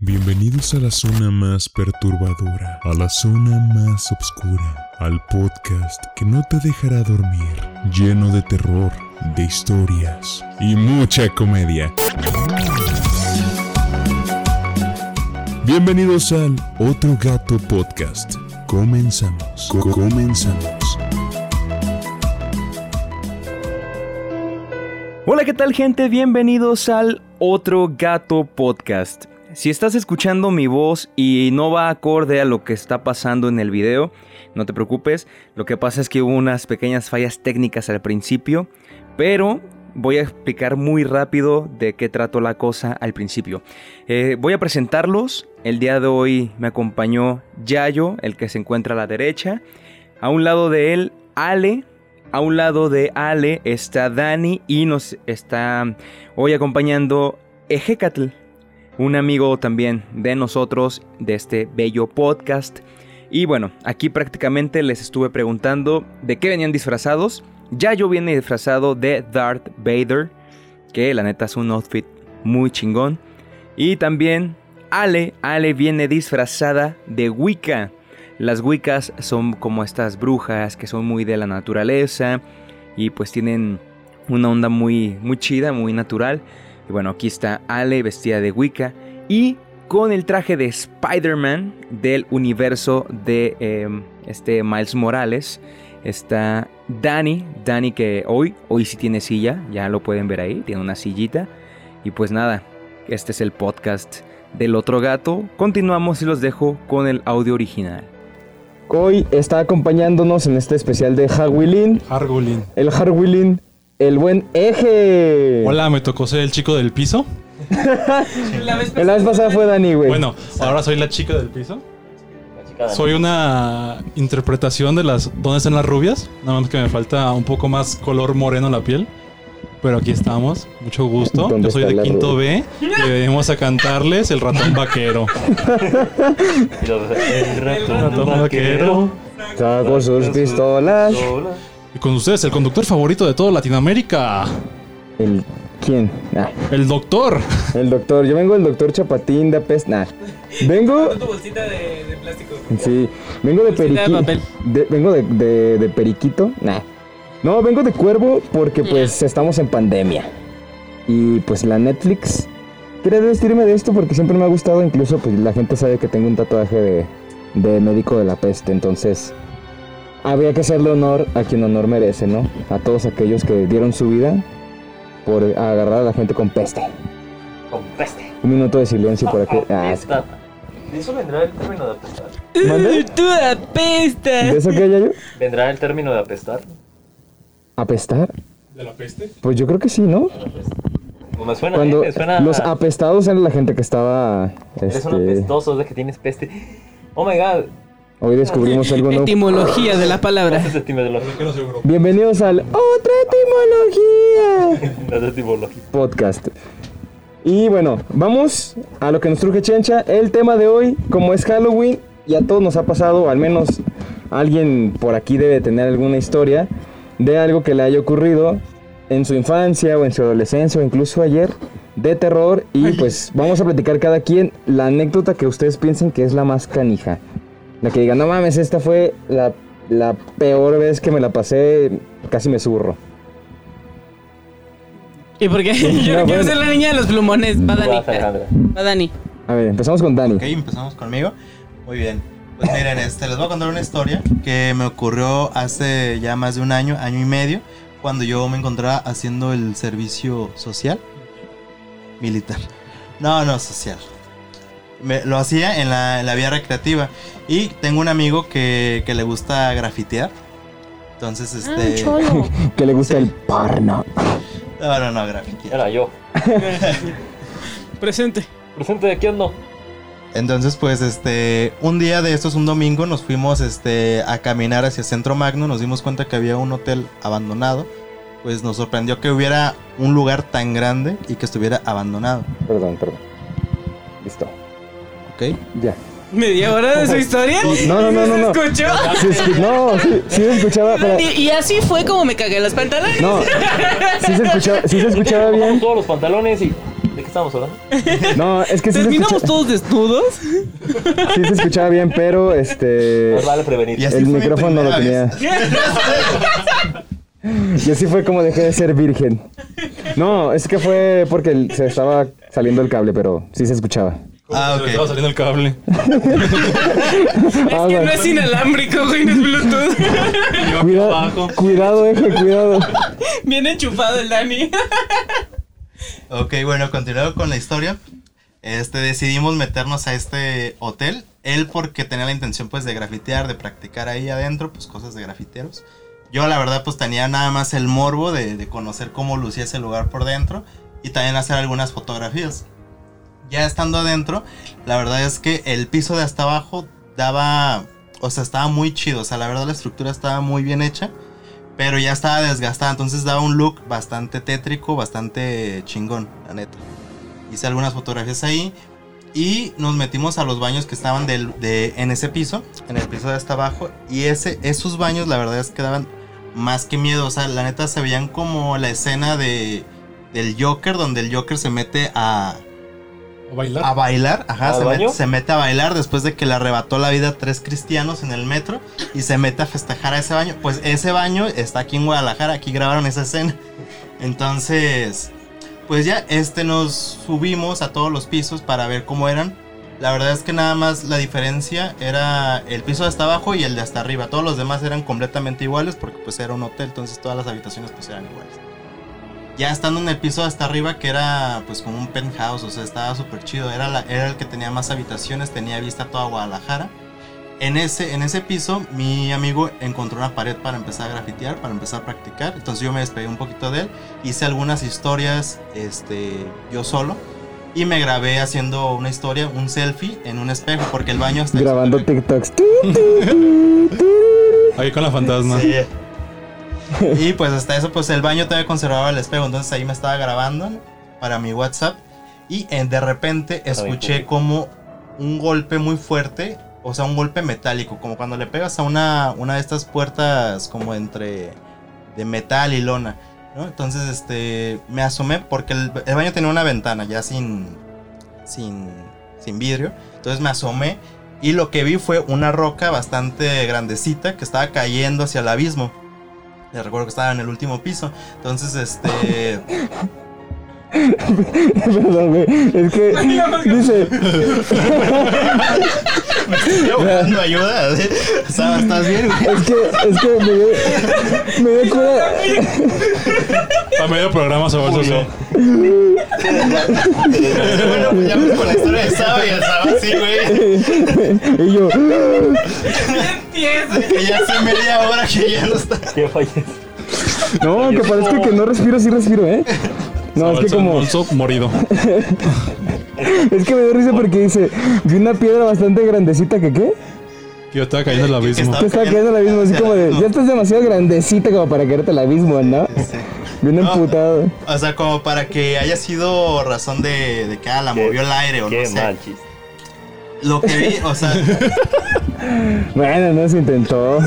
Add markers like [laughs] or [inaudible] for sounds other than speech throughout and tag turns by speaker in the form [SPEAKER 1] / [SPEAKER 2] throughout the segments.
[SPEAKER 1] Bienvenidos a la zona más perturbadora, a la zona más oscura, al podcast que no te dejará dormir, lleno de terror, de historias y mucha comedia. Bienvenidos al Otro Gato Podcast. Comenzamos. Co- comenzamos.
[SPEAKER 2] Hola, ¿qué tal gente? Bienvenidos al Otro Gato Podcast. Si estás escuchando mi voz y no va acorde a lo que está pasando en el video, no te preocupes. Lo que pasa es que hubo unas pequeñas fallas técnicas al principio, pero voy a explicar muy rápido de qué trato la cosa al principio. Eh, voy a presentarlos. El día de hoy me acompañó Yayo, el que se encuentra a la derecha. A un lado de él, Ale, a un lado de Ale está Dani y nos está hoy acompañando Ejecatl, un amigo también de nosotros de este bello podcast. Y bueno, aquí prácticamente les estuve preguntando de qué venían disfrazados. Ya yo viene disfrazado de Darth Vader, que la neta es un outfit muy chingón. Y también Ale, Ale viene disfrazada de Wicca. Las Wiccas son como estas brujas que son muy de la naturaleza y pues tienen una onda muy, muy chida, muy natural. Y bueno, aquí está Ale vestida de Wicca y con el traje de Spider-Man del universo de eh, este Miles Morales. Está Dani, Dani que hoy, hoy sí tiene silla, ya lo pueden ver ahí, tiene una sillita. Y pues nada, este es el podcast del otro gato. Continuamos y los dejo con el audio original.
[SPEAKER 3] Hoy está acompañándonos en este especial de Harwilin,
[SPEAKER 4] Argolin.
[SPEAKER 3] el Harwilin, el buen eje.
[SPEAKER 4] Hola, me tocó ser el chico del piso.
[SPEAKER 3] La vez pasada fue Dani, güey.
[SPEAKER 4] Bueno, ahora soy la chica del piso. Soy una interpretación de las dónde están las rubias, nada más que me falta un poco más color moreno la piel. Pero aquí estamos, mucho gusto.
[SPEAKER 3] ¿Dónde
[SPEAKER 4] Yo soy
[SPEAKER 3] está
[SPEAKER 4] de
[SPEAKER 3] la
[SPEAKER 4] quinto B y venimos a cantarles el ratón vaquero.
[SPEAKER 5] Y los- El ratón,
[SPEAKER 4] ratón vaquero.
[SPEAKER 3] Sacó sus pistolas.
[SPEAKER 4] Y con ustedes el conductor favorito de toda Latinoamérica,
[SPEAKER 3] El quién? Ah. Nah,
[SPEAKER 4] el doctor.
[SPEAKER 3] [laughs] el doctor. Yo vengo del doctor Chapatín de Apes. Nah. Vengo.
[SPEAKER 6] tu bolsita de, de plástico.
[SPEAKER 3] Sí. Vengo de
[SPEAKER 6] Bolsita
[SPEAKER 3] periquito.
[SPEAKER 6] de papel.
[SPEAKER 3] vengo de, de- de periquito. Nah. No, vengo de cuervo porque pues estamos en pandemia. Y pues la Netflix. Quería vestirme de esto porque siempre me ha gustado. Incluso pues la gente sabe que tengo un tatuaje de, de médico de la peste. Entonces había que hacerle honor a quien honor merece, ¿no? A todos aquellos que dieron su vida por agarrar a la gente con peste.
[SPEAKER 5] Con peste.
[SPEAKER 3] Un minuto de silencio por aquí. Ah, sí.
[SPEAKER 5] Apestar. ¿De eso vendrá el término de apestar?
[SPEAKER 3] ¿Mande?
[SPEAKER 6] ¡Tú apestas!
[SPEAKER 3] ¿De eso qué, Yayo?
[SPEAKER 5] ¿Vendrá el término de apestar?
[SPEAKER 3] ¿Apestar?
[SPEAKER 4] ¿De la peste?
[SPEAKER 3] Pues yo creo que sí, ¿no?
[SPEAKER 5] No me suena,
[SPEAKER 3] Cuando
[SPEAKER 5] eh, me suena
[SPEAKER 3] los
[SPEAKER 5] a-
[SPEAKER 3] apestados eran la gente que estaba.
[SPEAKER 5] Eres un
[SPEAKER 3] Este,
[SPEAKER 5] apestoso de que tienes peste. Oh my god.
[SPEAKER 3] hoy descubrimos
[SPEAKER 5] [laughs]
[SPEAKER 3] algo nuevo.
[SPEAKER 6] Etimología de la palabra.
[SPEAKER 5] Esa es etimología.
[SPEAKER 4] Vaquero seguro.
[SPEAKER 3] Bienvenidos al Otra Etimología
[SPEAKER 5] No es etimología.
[SPEAKER 3] Podcast. Y bueno, vamos a lo que nos truje Chencha. El tema de hoy, como es Halloween, y a todos nos ha pasado, al menos alguien por aquí debe tener alguna historia de algo que le haya ocurrido en su infancia o en su adolescencia o incluso ayer de terror. Y pues vamos a platicar cada quien la anécdota que ustedes piensen que es la más canija. La que digan, no mames, esta fue la, la peor vez que me la pasé, casi me zurro. [laughs]
[SPEAKER 6] ¿Y por qué? Yo
[SPEAKER 3] bueno.
[SPEAKER 6] quiero ser la niña de los plumones. Va
[SPEAKER 5] Vas,
[SPEAKER 6] Dani.
[SPEAKER 5] Alejandra.
[SPEAKER 6] Va Dani.
[SPEAKER 3] A ver, empezamos con Dani.
[SPEAKER 7] Ok, empezamos conmigo. Muy bien. Pues miren, este, les voy a contar una historia que me ocurrió hace ya más de un año, año y medio, cuando yo me encontraba haciendo el servicio social. Militar. No, no, social. Me- lo hacía en la, en la vía recreativa. Y tengo un amigo que, que le gusta grafitear. Entonces, este...
[SPEAKER 3] Que le gusta el parna.
[SPEAKER 7] no, no, no, grafitear.
[SPEAKER 5] Era yo.
[SPEAKER 6] Presente.
[SPEAKER 5] Presente de quién no.
[SPEAKER 7] Entonces, pues, este, un día de estos, un domingo, nos fuimos, este, a caminar hacia Centro Magno. Nos dimos cuenta que había un hotel abandonado. Pues nos sorprendió que hubiera un lugar tan grande y que estuviera abandonado,
[SPEAKER 3] Perdón, perdón. Listo.
[SPEAKER 7] ¿ok?
[SPEAKER 3] Ya.
[SPEAKER 6] ¿Media hora de su historia?
[SPEAKER 3] No, no, no, no, no.
[SPEAKER 6] ¿Se escuchó?
[SPEAKER 3] Sí, es que- no, sí, sí se escuchaba. pero-
[SPEAKER 6] Y, y así fue como me cagué los pantalones.
[SPEAKER 3] no, sí se escuchaba, sí se escuchaba
[SPEAKER 5] Bajamos
[SPEAKER 3] bien.
[SPEAKER 5] todos los pantalones y. ¿De qué estábamos hablando?
[SPEAKER 8] No, es que sí se,
[SPEAKER 6] Terminamos
[SPEAKER 8] escucha-
[SPEAKER 3] [laughs]
[SPEAKER 6] todos desnudos. [laughs]
[SPEAKER 8] sí se escuchaba bien, pero
[SPEAKER 3] Eh,
[SPEAKER 8] este.
[SPEAKER 5] Más vale prevenir.
[SPEAKER 7] Y así
[SPEAKER 8] El
[SPEAKER 7] fue mi
[SPEAKER 8] micrófono no lo
[SPEAKER 7] primera
[SPEAKER 8] tenía.
[SPEAKER 7] vez.
[SPEAKER 3] Ah,
[SPEAKER 8] Y así fue como dejé de ser virgen. No, es que fue porque se estaba saliendo el cable, pero sí se escuchaba.
[SPEAKER 7] Ah,
[SPEAKER 4] Se le Estaba
[SPEAKER 7] ok.
[SPEAKER 4] saliendo el
[SPEAKER 7] [laughs]
[SPEAKER 4] cable.
[SPEAKER 6] Es
[SPEAKER 8] Ah,
[SPEAKER 6] que
[SPEAKER 8] bueno.
[SPEAKER 6] no es inalámbrico, güey, no es Bluetooth. [laughs]
[SPEAKER 8] Cuida-
[SPEAKER 4] abajo.
[SPEAKER 8] cuidado, hijo, cuidado.
[SPEAKER 6] Bien enchufado el Dani. [laughs]
[SPEAKER 7] Ok, bueno, continuando con la historia. Este, decidimos meternos a este hotel. Él porque tenía la intención pues de grafitear, de practicar ahí adentro, pues cosas de grafiteros. Yo la verdad pues tenía nada más el morbo de, de conocer cómo lucía ese lugar por dentro y también hacer algunas fotografías. Ya estando adentro, la verdad es que el piso de hasta abajo daba, o sea, estaba muy chido, o sea, la verdad la estructura estaba muy bien hecha pero ya estaba desgastada, entonces daba un look bastante tétrico, bastante chingón, la neta. Hice algunas fotografías ahí y nos metimos a los baños que estaban del- de- en ese piso, en el piso de hasta abajo, y ese, esos baños la verdad es que daban más que miedo, o sea, la neta se veían como la escena de, del Joker, donde el Joker se mete a,
[SPEAKER 4] A bailar.
[SPEAKER 7] a bailar, ajá,
[SPEAKER 5] ¿Al
[SPEAKER 7] se
[SPEAKER 5] baño?
[SPEAKER 7] mete, se mete a bailar después de que le arrebató la vida a tres cristianos en el metro y se mete a festejar a ese baño. Pues ese baño está aquí en Guadalajara, aquí grabaron esa escena. Entonces, pues ya este nos subimos a todos los pisos para ver cómo eran. La verdad es que nada más la diferencia era el piso de hasta abajo y el de hasta arriba. Todos los demás eran completamente iguales porque pues era un hotel, entonces todas las habitaciones pues eran iguales. Ya estando en el piso de hasta arriba, que era pues como un penthouse, o sea, estaba súper chido. Era, la- era el que tenía más habitaciones, tenía vista a toda Guadalajara. En ese, en ese piso, mi amigo encontró una pared para empezar a grafitear, para empezar a practicar. Entonces yo me despegué un poquito de él, hice algunas historias este, yo solo. Y me grabé haciendo una historia, un selfie en un espejo, porque el baño está...
[SPEAKER 8] Grabando TikToks. Tu, tu, tu, tu. [laughs]
[SPEAKER 4] Ahí con la fantasma.
[SPEAKER 7] Sí. Y pues hasta eso, pues el baño todavía conservaba el espejo, entonces ahí me estaba grabando para mi WhatsApp y eh, de repente escuché como un golpe muy fuerte, o sea, un golpe metálico, como cuando le pegas a una, una de estas puertas como entre de metal y lona, ¿no? Entonces, este, me asomé porque el, el baño tenía una ventana ya sin, sin, sin vidrio, entonces me asomé y lo que vi fue una roca bastante grandecita que estaba cayendo hacia el abismo. Les recuerdo que estaba en el último piso. Entonces, este.
[SPEAKER 8] Perdón, güey. Es que. Dice.
[SPEAKER 5] [laughs]
[SPEAKER 7] yo buscando ayuda. ¿eh? Estaba- ¿Estás bien, güey?
[SPEAKER 8] Es que. Es que me dio. Me dio cura.
[SPEAKER 4] A medio programa se va el socio.
[SPEAKER 7] Bueno, pues ya ves con la historia de Saba y
[SPEAKER 5] [laughs]
[SPEAKER 7] el Saba sí, güey.
[SPEAKER 8] Y yo.
[SPEAKER 6] Empieza.
[SPEAKER 7] Que ya hace media hora que ya no está.
[SPEAKER 5] ¿Qué falles?
[SPEAKER 8] No, que parezca que no respiro, sí respiro, ¿eh? No, es que como.
[SPEAKER 4] Alonso morido.
[SPEAKER 8] Es que me dio risa porque dice. Vi una piedra bastante grandecita que qué?
[SPEAKER 4] Que yo estaba cayendo al
[SPEAKER 7] Que- que
[SPEAKER 4] abismo.
[SPEAKER 7] estaba-
[SPEAKER 8] Que estaba cayendo al abismo. Así como de. Ya estás demasiado grandecita como para caerte al abismo, ¿no? Bien
[SPEAKER 7] No.
[SPEAKER 8] emputado.
[SPEAKER 7] O sea, como para que haya sido razón de, de que ah, la movió el aire o no
[SPEAKER 5] Qué
[SPEAKER 7] sé.
[SPEAKER 5] mal chiste.
[SPEAKER 7] Lo que vi, o sea,
[SPEAKER 8] Bueno, no se intentó.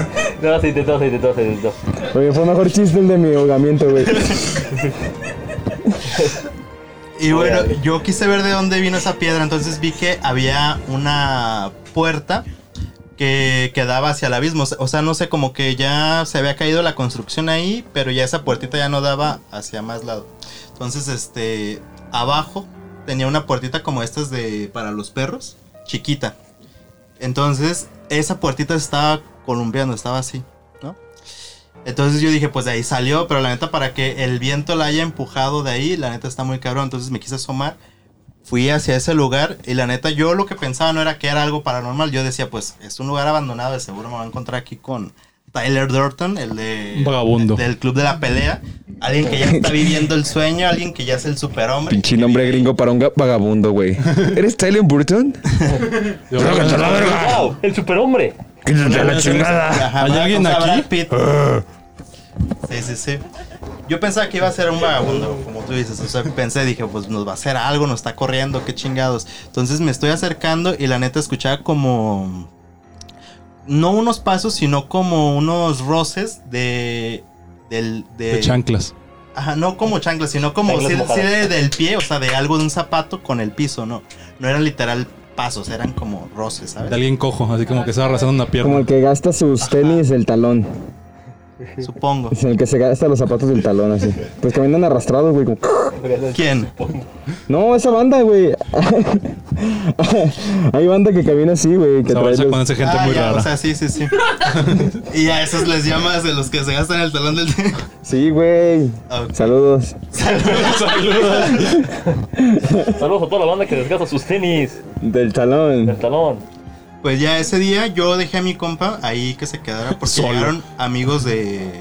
[SPEAKER 5] No, se intentó, se intentó, se intentó.
[SPEAKER 8] Oye, fue mejor chiste el de mi ahogamiento, güey.
[SPEAKER 5] [laughs]
[SPEAKER 7] Y bueno, yo quise ver de dónde vino esa piedra, entonces vi que había una puerta que quedaba hacia el abismo. O sea, no sé, como que ya se había caído la construcción ahí, pero ya esa puertita ya no daba hacia más lado. Entonces, este, abajo tenía una puertita como estas de para los perros, chiquita. Entonces, esa puertita estaba columpiando, estaba así, ¿no? Entonces yo dije, pues de ahí salió, pero la neta para que el viento la haya empujado de ahí, la neta está muy cabrón, entonces me quise asomar. Fui hacia ese lugar y la neta yo lo que pensaba no era que era algo paranormal, yo decía, pues es un lugar abandonado, de seguro me voy a encontrar aquí con Tyler Durton, el de
[SPEAKER 4] Un vagabundo.
[SPEAKER 7] del club de la pelea, alguien que ya está viviendo el sueño, alguien que ya es el superhombre.
[SPEAKER 3] Pinche nombre gringo para un ga- vagabundo, güey. ¿Eres Tyler Burton?
[SPEAKER 4] Yo-
[SPEAKER 3] ¡Trágate la verga!
[SPEAKER 5] ¡Wow! ¡El superhombre!
[SPEAKER 3] ¡Quítate la chingada!
[SPEAKER 7] Ajá,
[SPEAKER 4] ¿Hay
[SPEAKER 7] Brad-
[SPEAKER 4] alguien
[SPEAKER 7] o sea,
[SPEAKER 4] aquí?
[SPEAKER 7] Brad Pitt. Sí, sí, sí. Yo pensaba que iba a ser un vagabundo, como tú dices. O sea, pensé, dije, pues nos va a hacer algo, nos está corriendo, qué chingados. Entonces me estoy acercando y la neta escuchaba como. No unos pasos, sino como unos roces de. Del, de,
[SPEAKER 4] De chanclas.
[SPEAKER 7] Ajá, no como chanclas, sino como
[SPEAKER 5] Chanclas
[SPEAKER 7] si,
[SPEAKER 5] mojadas.
[SPEAKER 7] del pie, o sea, de algo de un zapato con el piso, no. No eran literal pasos, eran como roces,
[SPEAKER 4] De
[SPEAKER 7] ¿sabes?
[SPEAKER 4] alguien cojo, así como que estaba arrasando una
[SPEAKER 3] Como el
[SPEAKER 4] pierna.
[SPEAKER 3] que gasta sus tenis del talón.
[SPEAKER 7] Supongo.
[SPEAKER 3] Es Pues el que se gasta los zapatos del talón, así. Pues caminan arrastrados, güey. como- [laughs]
[SPEAKER 7] ¿Quién?
[SPEAKER 3] No, esa banda, güey. [laughs] Hay banda que camina así, güey. Que
[SPEAKER 4] Se
[SPEAKER 3] trae
[SPEAKER 4] avanza
[SPEAKER 3] los-
[SPEAKER 4] con esa gente
[SPEAKER 7] Ah,
[SPEAKER 4] muy
[SPEAKER 7] ya,
[SPEAKER 4] rara. [laughs]
[SPEAKER 7] O sea, sí, sí, sí. y a esos les llamas de los que se gastan el talón del [laughs] dedo.
[SPEAKER 3] Sí, güey.
[SPEAKER 7] Ah, ok.
[SPEAKER 3] Saludos.
[SPEAKER 4] Saludos.
[SPEAKER 5] Saludos a toda la banda que desgasta sus tenis
[SPEAKER 3] Del
[SPEAKER 5] del
[SPEAKER 3] talón.
[SPEAKER 5] talón.
[SPEAKER 7] Pues ya ese día yo dejé a mi compa ahí que se quedara porque
[SPEAKER 4] Solo.
[SPEAKER 7] llegaron amigos de,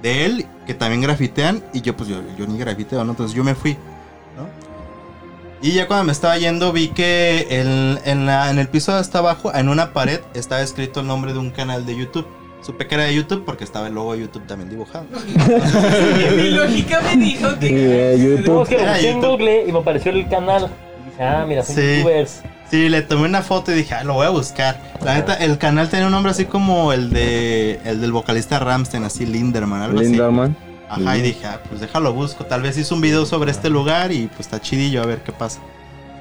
[SPEAKER 7] de él que también grafitean y yo pues yo, yo ni grafiteo, ¿no? Entonces yo me fui, ¿no? Y ya cuando me estaba yendo vi que el- en, la- en el piso de hasta abajo, en una pared, estaba escrito el nombre de un canal de YouTube. Supe que era de YouTube porque estaba el logo de YouTube también dibujado.
[SPEAKER 6] Mi lógica me dijo
[SPEAKER 3] Sí,
[SPEAKER 6] que.
[SPEAKER 3] de
[SPEAKER 5] Luego
[SPEAKER 3] YouTube.
[SPEAKER 5] que lo
[SPEAKER 7] Ah,
[SPEAKER 5] busqué en
[SPEAKER 7] YouTube.
[SPEAKER 5] Google y me apareció el canal. Y dije, ah, mira, son
[SPEAKER 7] Sí.
[SPEAKER 5] youtubers.
[SPEAKER 7] Sí, le tomé una foto y dije, ah, lo voy a buscar. La neta, el canal tenía un nombre así como el de el del vocalista Ramstein, así Linderman, algo así.
[SPEAKER 3] Linderman.
[SPEAKER 7] Ajá, y dije, ah, pues déjalo busco. Tal vez hice un video sobre este lugar y pues está chidillo, a ver qué pasa.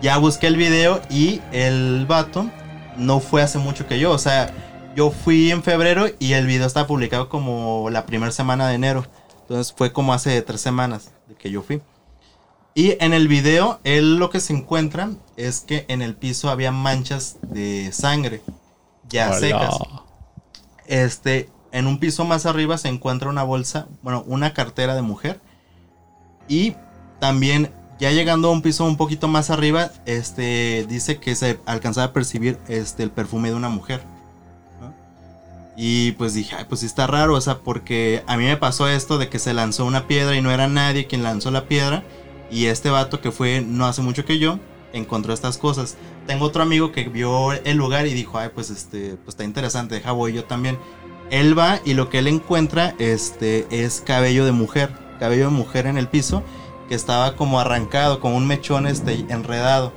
[SPEAKER 7] Ya busqué el video y el vato no fue hace mucho que yo. O sea, yo fui en febrero y el video estaba publicado como la primera semana de enero. Entonces fue como hace tres semanas de que yo fui. Y en el video, él lo que se encuentra es que en el piso había manchas de sangre ya secas. Este, en un piso más arriba se encuentra una bolsa, bueno, una cartera de mujer. Y también, ya llegando a un piso un poquito más arriba, este, dice que se alcanzaba a percibir este, el perfume de una mujer. ¿no? Y pues dije, "Ay, pues sí está raro, o sea, porque a mí me pasó esto de que se lanzó una piedra y no era nadie quien lanzó la piedra. Y este vato que fue no hace mucho que yo, encontró estas cosas. Tengo otro amigo que vio el lugar y dijo, ay, pues este, pues está interesante, deja voy yo también. Él va y lo que él encuentra este, es cabello de mujer, cabello de mujer en el piso, que estaba como arrancado, con un mechón este, enredado.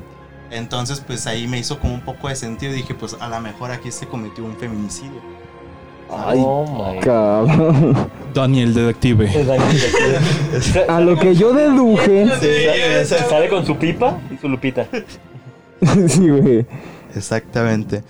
[SPEAKER 7] Entonces, pues ahí me hizo como un poco de sentido. Dije, pues a lo mejor aquí se cometió un feminicidio.
[SPEAKER 3] Ay,
[SPEAKER 5] oh my god.
[SPEAKER 3] cabrón.
[SPEAKER 4] Daniel Detective.
[SPEAKER 5] Es Daniel.
[SPEAKER 3] A lo que yo deduje. [laughs]
[SPEAKER 5] Sale con su pipa y su lupita.
[SPEAKER 3] sí, güey.
[SPEAKER 7] Exactamente.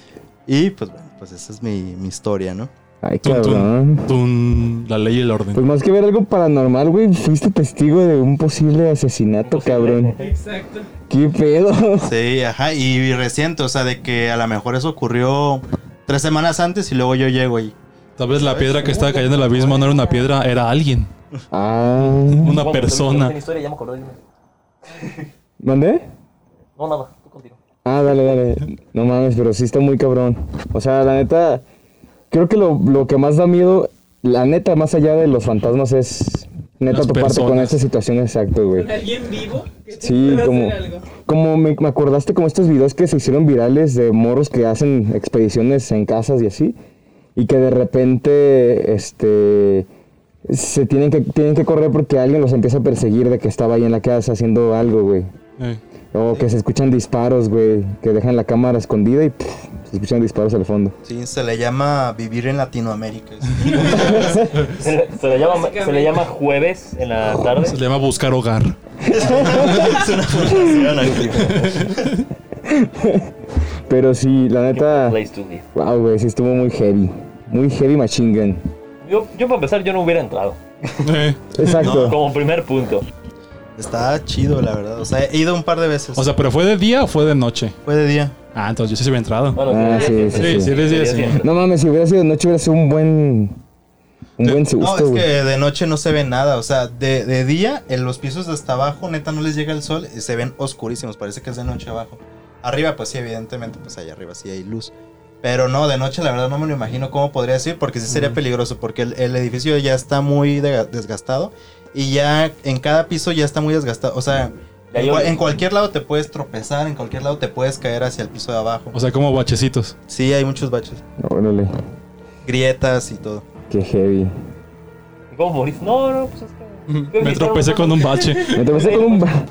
[SPEAKER 7] Y pues bueno, pues esa es mi, mi historia, ¿no?
[SPEAKER 3] Ay,
[SPEAKER 4] Tun,
[SPEAKER 3] cabrón.
[SPEAKER 4] tun, tun. la ley y el orden.
[SPEAKER 3] Pues más que ver algo paranormal, güey. Fuiste testigo de un posible asesinato, cabrón.
[SPEAKER 6] Exacto.
[SPEAKER 3] ¿Qué pedo? [laughs]
[SPEAKER 7] Sí, ajá, y reciente, o sea, de que a lo mejor eso ocurrió tres semanas antes y luego yo llego y
[SPEAKER 4] Tal vez la piedra que estaba cayendo en el abismo no era una piedra, era alguien.
[SPEAKER 3] Ah.
[SPEAKER 4] Una persona.
[SPEAKER 5] Tiene historia, ya me acordé, dime.
[SPEAKER 3] ¿Mandé?
[SPEAKER 5] No, nada, tú contigo.
[SPEAKER 3] Ah, dale, dale. No mames, pero sí está muy cabrón. O sea, la neta, creo que lo, lo que más da miedo, la neta, más allá de los fantasmas, es neta
[SPEAKER 4] Las
[SPEAKER 3] toparte con
[SPEAKER 4] personas.
[SPEAKER 3] esta situación exacto, güey.
[SPEAKER 6] ¿Alguien vivo? que te
[SPEAKER 3] Sí,
[SPEAKER 6] pueda
[SPEAKER 3] como,
[SPEAKER 6] hacer algo.
[SPEAKER 3] como me, me acordaste como estos videos que se hicieron virales de morros que hacen expediciones en casas y así, y que de repente, este, se tienen que, tienen que correr porque alguien los empieza a perseguir de que estaba ahí en la casa haciendo algo, güey.
[SPEAKER 4] Eh,
[SPEAKER 3] O que se escuchan disparos, güey, que dejan la cámara escondida y pff, se escuchan disparos al fondo.
[SPEAKER 7] sí, se le llama vivir en [laughs] Latinoamérica.
[SPEAKER 5] Se le, se le llama, se le llama jueves en la tarde.
[SPEAKER 4] se le llama buscar hogar.
[SPEAKER 7] [laughs] es una fundación [laughs] aquí.
[SPEAKER 3] Pero sí, la
[SPEAKER 4] Ah.
[SPEAKER 3] neta,
[SPEAKER 5] Place to be.
[SPEAKER 3] wow, güey, sí estuvo muy heavy. Muy heavy machine gun.
[SPEAKER 5] Yo, yo para empezar, yo no hubiera entrado.
[SPEAKER 4] Eh,
[SPEAKER 3] Exacto.
[SPEAKER 5] Como primer punto.
[SPEAKER 7] Está chido, la verdad. O sea, he ido un par de veces.
[SPEAKER 4] O sea, pero fue de día o fue de noche.
[SPEAKER 7] fue de día.
[SPEAKER 4] Ah, entonces yo sí se había entrado.
[SPEAKER 5] Bueno,
[SPEAKER 3] Ah, sí, sí,
[SPEAKER 4] Sí,
[SPEAKER 3] sí.
[SPEAKER 4] sí, de día sí.
[SPEAKER 3] No mames, si hubiera sido de noche hubiera sido un buen... Un buen
[SPEAKER 7] No, es
[SPEAKER 3] susto,
[SPEAKER 7] que
[SPEAKER 3] güey.
[SPEAKER 7] de noche no se ve nada. O sea, de, de día, en los pisos de hasta abajo, neta, no les llega el sol y se ven oscurísimos. Parece que es de noche abajo. Arriba, pues sí, evidentemente, pues allá arriba sí hay luz. Pero no, de noche la verdad no me lo imagino cómo podría ser, porque sí sería peligroso, porque el, el edificio ya está muy de- desgastado y ya en cada piso ya está muy desgastado. O sea,
[SPEAKER 5] Ya
[SPEAKER 7] en,
[SPEAKER 5] yo-
[SPEAKER 7] cua- en cualquier lado te puedes tropezar, en cualquier lado te puedes caer hacia el piso de abajo.
[SPEAKER 4] O sea, como bachecitos.
[SPEAKER 7] Sí, hay muchos baches,
[SPEAKER 3] Órale,
[SPEAKER 7] grietas y todo.
[SPEAKER 3] qué heavy.
[SPEAKER 5] ¿Cómo morís? No, no, pues es que.
[SPEAKER 4] Me tropecé con un bache.
[SPEAKER 3] Me tropecé con un... ba-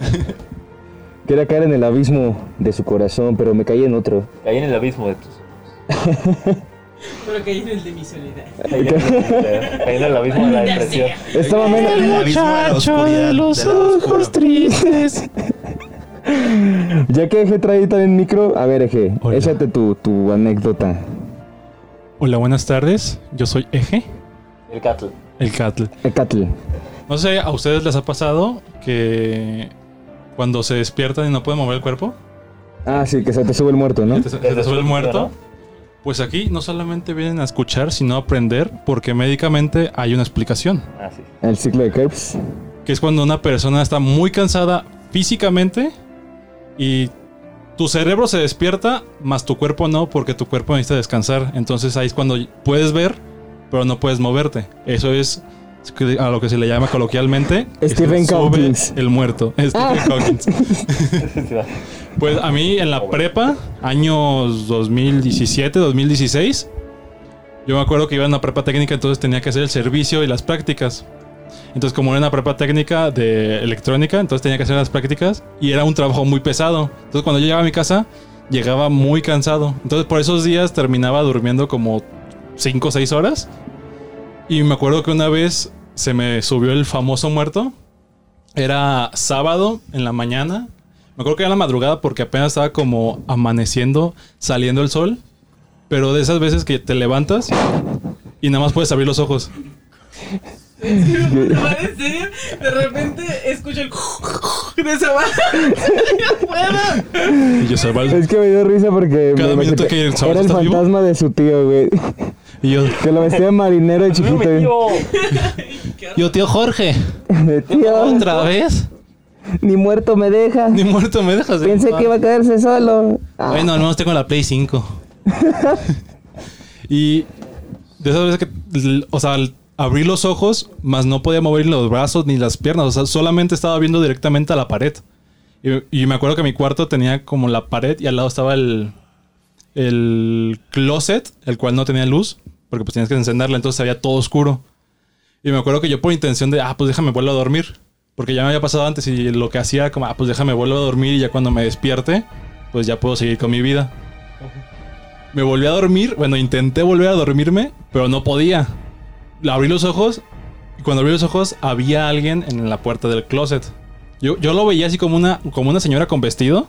[SPEAKER 3] [laughs] Quería caer en el abismo de su corazón, pero me caí en otro.
[SPEAKER 5] Caí en el abismo de tus.
[SPEAKER 6] Pero caí en el de mi
[SPEAKER 3] [laughs]
[SPEAKER 6] soledad.
[SPEAKER 5] Ahí en el abismo
[SPEAKER 6] [laughs]
[SPEAKER 5] de la depresión.
[SPEAKER 8] Estaba menos.
[SPEAKER 7] El muchacho de los ojos
[SPEAKER 8] [laughs] Ya que Eje trae también micro, a ver Eje,
[SPEAKER 4] Hola.
[SPEAKER 8] échate tu, tu anécdota.
[SPEAKER 4] Hola, buenas tardes. Yo soy Eje,
[SPEAKER 5] El catl.
[SPEAKER 4] el Catl.
[SPEAKER 8] Ecatl.
[SPEAKER 4] No sé, ¿a ustedes les ha pasado que cuando se despiertan y no pueden mover el cuerpo?
[SPEAKER 8] Ah, sí, que se te sube el muerto, ¿no?
[SPEAKER 4] Se te- se te sube el muerto. Pues aquí no solamente vienen a escuchar, sino a aprender, porque médicamente hay una explicación.
[SPEAKER 5] Ah, sí. [laughs]
[SPEAKER 8] El ciclo de Krebs.
[SPEAKER 4] que es cuando una persona está muy cansada físicamente y tu cerebro se despierta, más tu cuerpo no, porque tu cuerpo necesita descansar. Entonces ahí es cuando puedes ver, pero no puedes moverte. Eso es a lo que se le llama coloquialmente
[SPEAKER 8] Stephen
[SPEAKER 4] sube
[SPEAKER 8] Hawkins.
[SPEAKER 4] el muerto. [laughs] Stephen Hawkins.
[SPEAKER 5] Sí, va.
[SPEAKER 4] Pues a mí en la prepa, años 2017, 2016, yo me acuerdo que iba en una prepa técnica, entonces tenía que hacer el servicio y las prácticas. Entonces, como era una prepa técnica de electrónica, entonces tenía que hacer las prácticas y era un trabajo muy pesado. Entonces, cuando yo llegaba a mi casa, llegaba muy cansado. Entonces, por esos días terminaba durmiendo como 5 o 6 horas. Y me acuerdo que una vez se me subió el famoso muerto. Era sábado en la mañana. Me acuerdo que era la madrugada porque apenas estaba como amaneciendo, saliendo el sol. Pero de esas veces que te levantas y nada más puedes abrir los ojos.
[SPEAKER 6] No, en serio, de repente escucho el [laughs] de esa barra. [laughs] ¡No puedo!
[SPEAKER 4] Y yo, "Sabal".
[SPEAKER 8] Es que me dio risa porque
[SPEAKER 4] Cada
[SPEAKER 8] me
[SPEAKER 4] minuto
[SPEAKER 8] imaginé-
[SPEAKER 4] que el sábado
[SPEAKER 8] era el
[SPEAKER 4] estás vivo.
[SPEAKER 8] fantasma de su tío, güey. [laughs]
[SPEAKER 4] Y yo,
[SPEAKER 8] Que lo vestía de marinero de
[SPEAKER 5] ¡No,
[SPEAKER 8] chiquito.
[SPEAKER 5] mi
[SPEAKER 8] güey.
[SPEAKER 5] tío!
[SPEAKER 4] yo, tío Jorge,
[SPEAKER 8] De tío,
[SPEAKER 4] ¿otra vez?
[SPEAKER 8] ni muerto me deja.
[SPEAKER 4] Ni muerto me dejas. de
[SPEAKER 8] Pensé
[SPEAKER 4] mamar".
[SPEAKER 8] que iba a caerse solo. Ah,
[SPEAKER 4] Bueno, al menos tengo la Play 5. y de esas veces que, l- o sea, al abrir los ojos, más no podía mover ni los brazos ni las piernas, o sea, solamente estaba viendo directamente a la pared. Y, y me acuerdo que mi cuarto tenía como la pared y al lado estaba el, el closet, el cual no tenía luz, porque pues tenías que encenderla, entonces había todo oscuro. Y me acuerdo que yo por intención de, ah, pues déjame vuelvo a dormir. Porque ya me había pasado antes y lo que hacía era como, ah, pues déjame vuelvo a dormir y ya cuando me despierte, pues ya puedo seguir con mi vida. Me volví a dormir, bueno, intenté volver a dormirme, pero no podía. Abrí los ojos y cuando abrí los ojos había alguien en la puerta del closet. Yo, yo lo veía así como una, como una señora con vestido.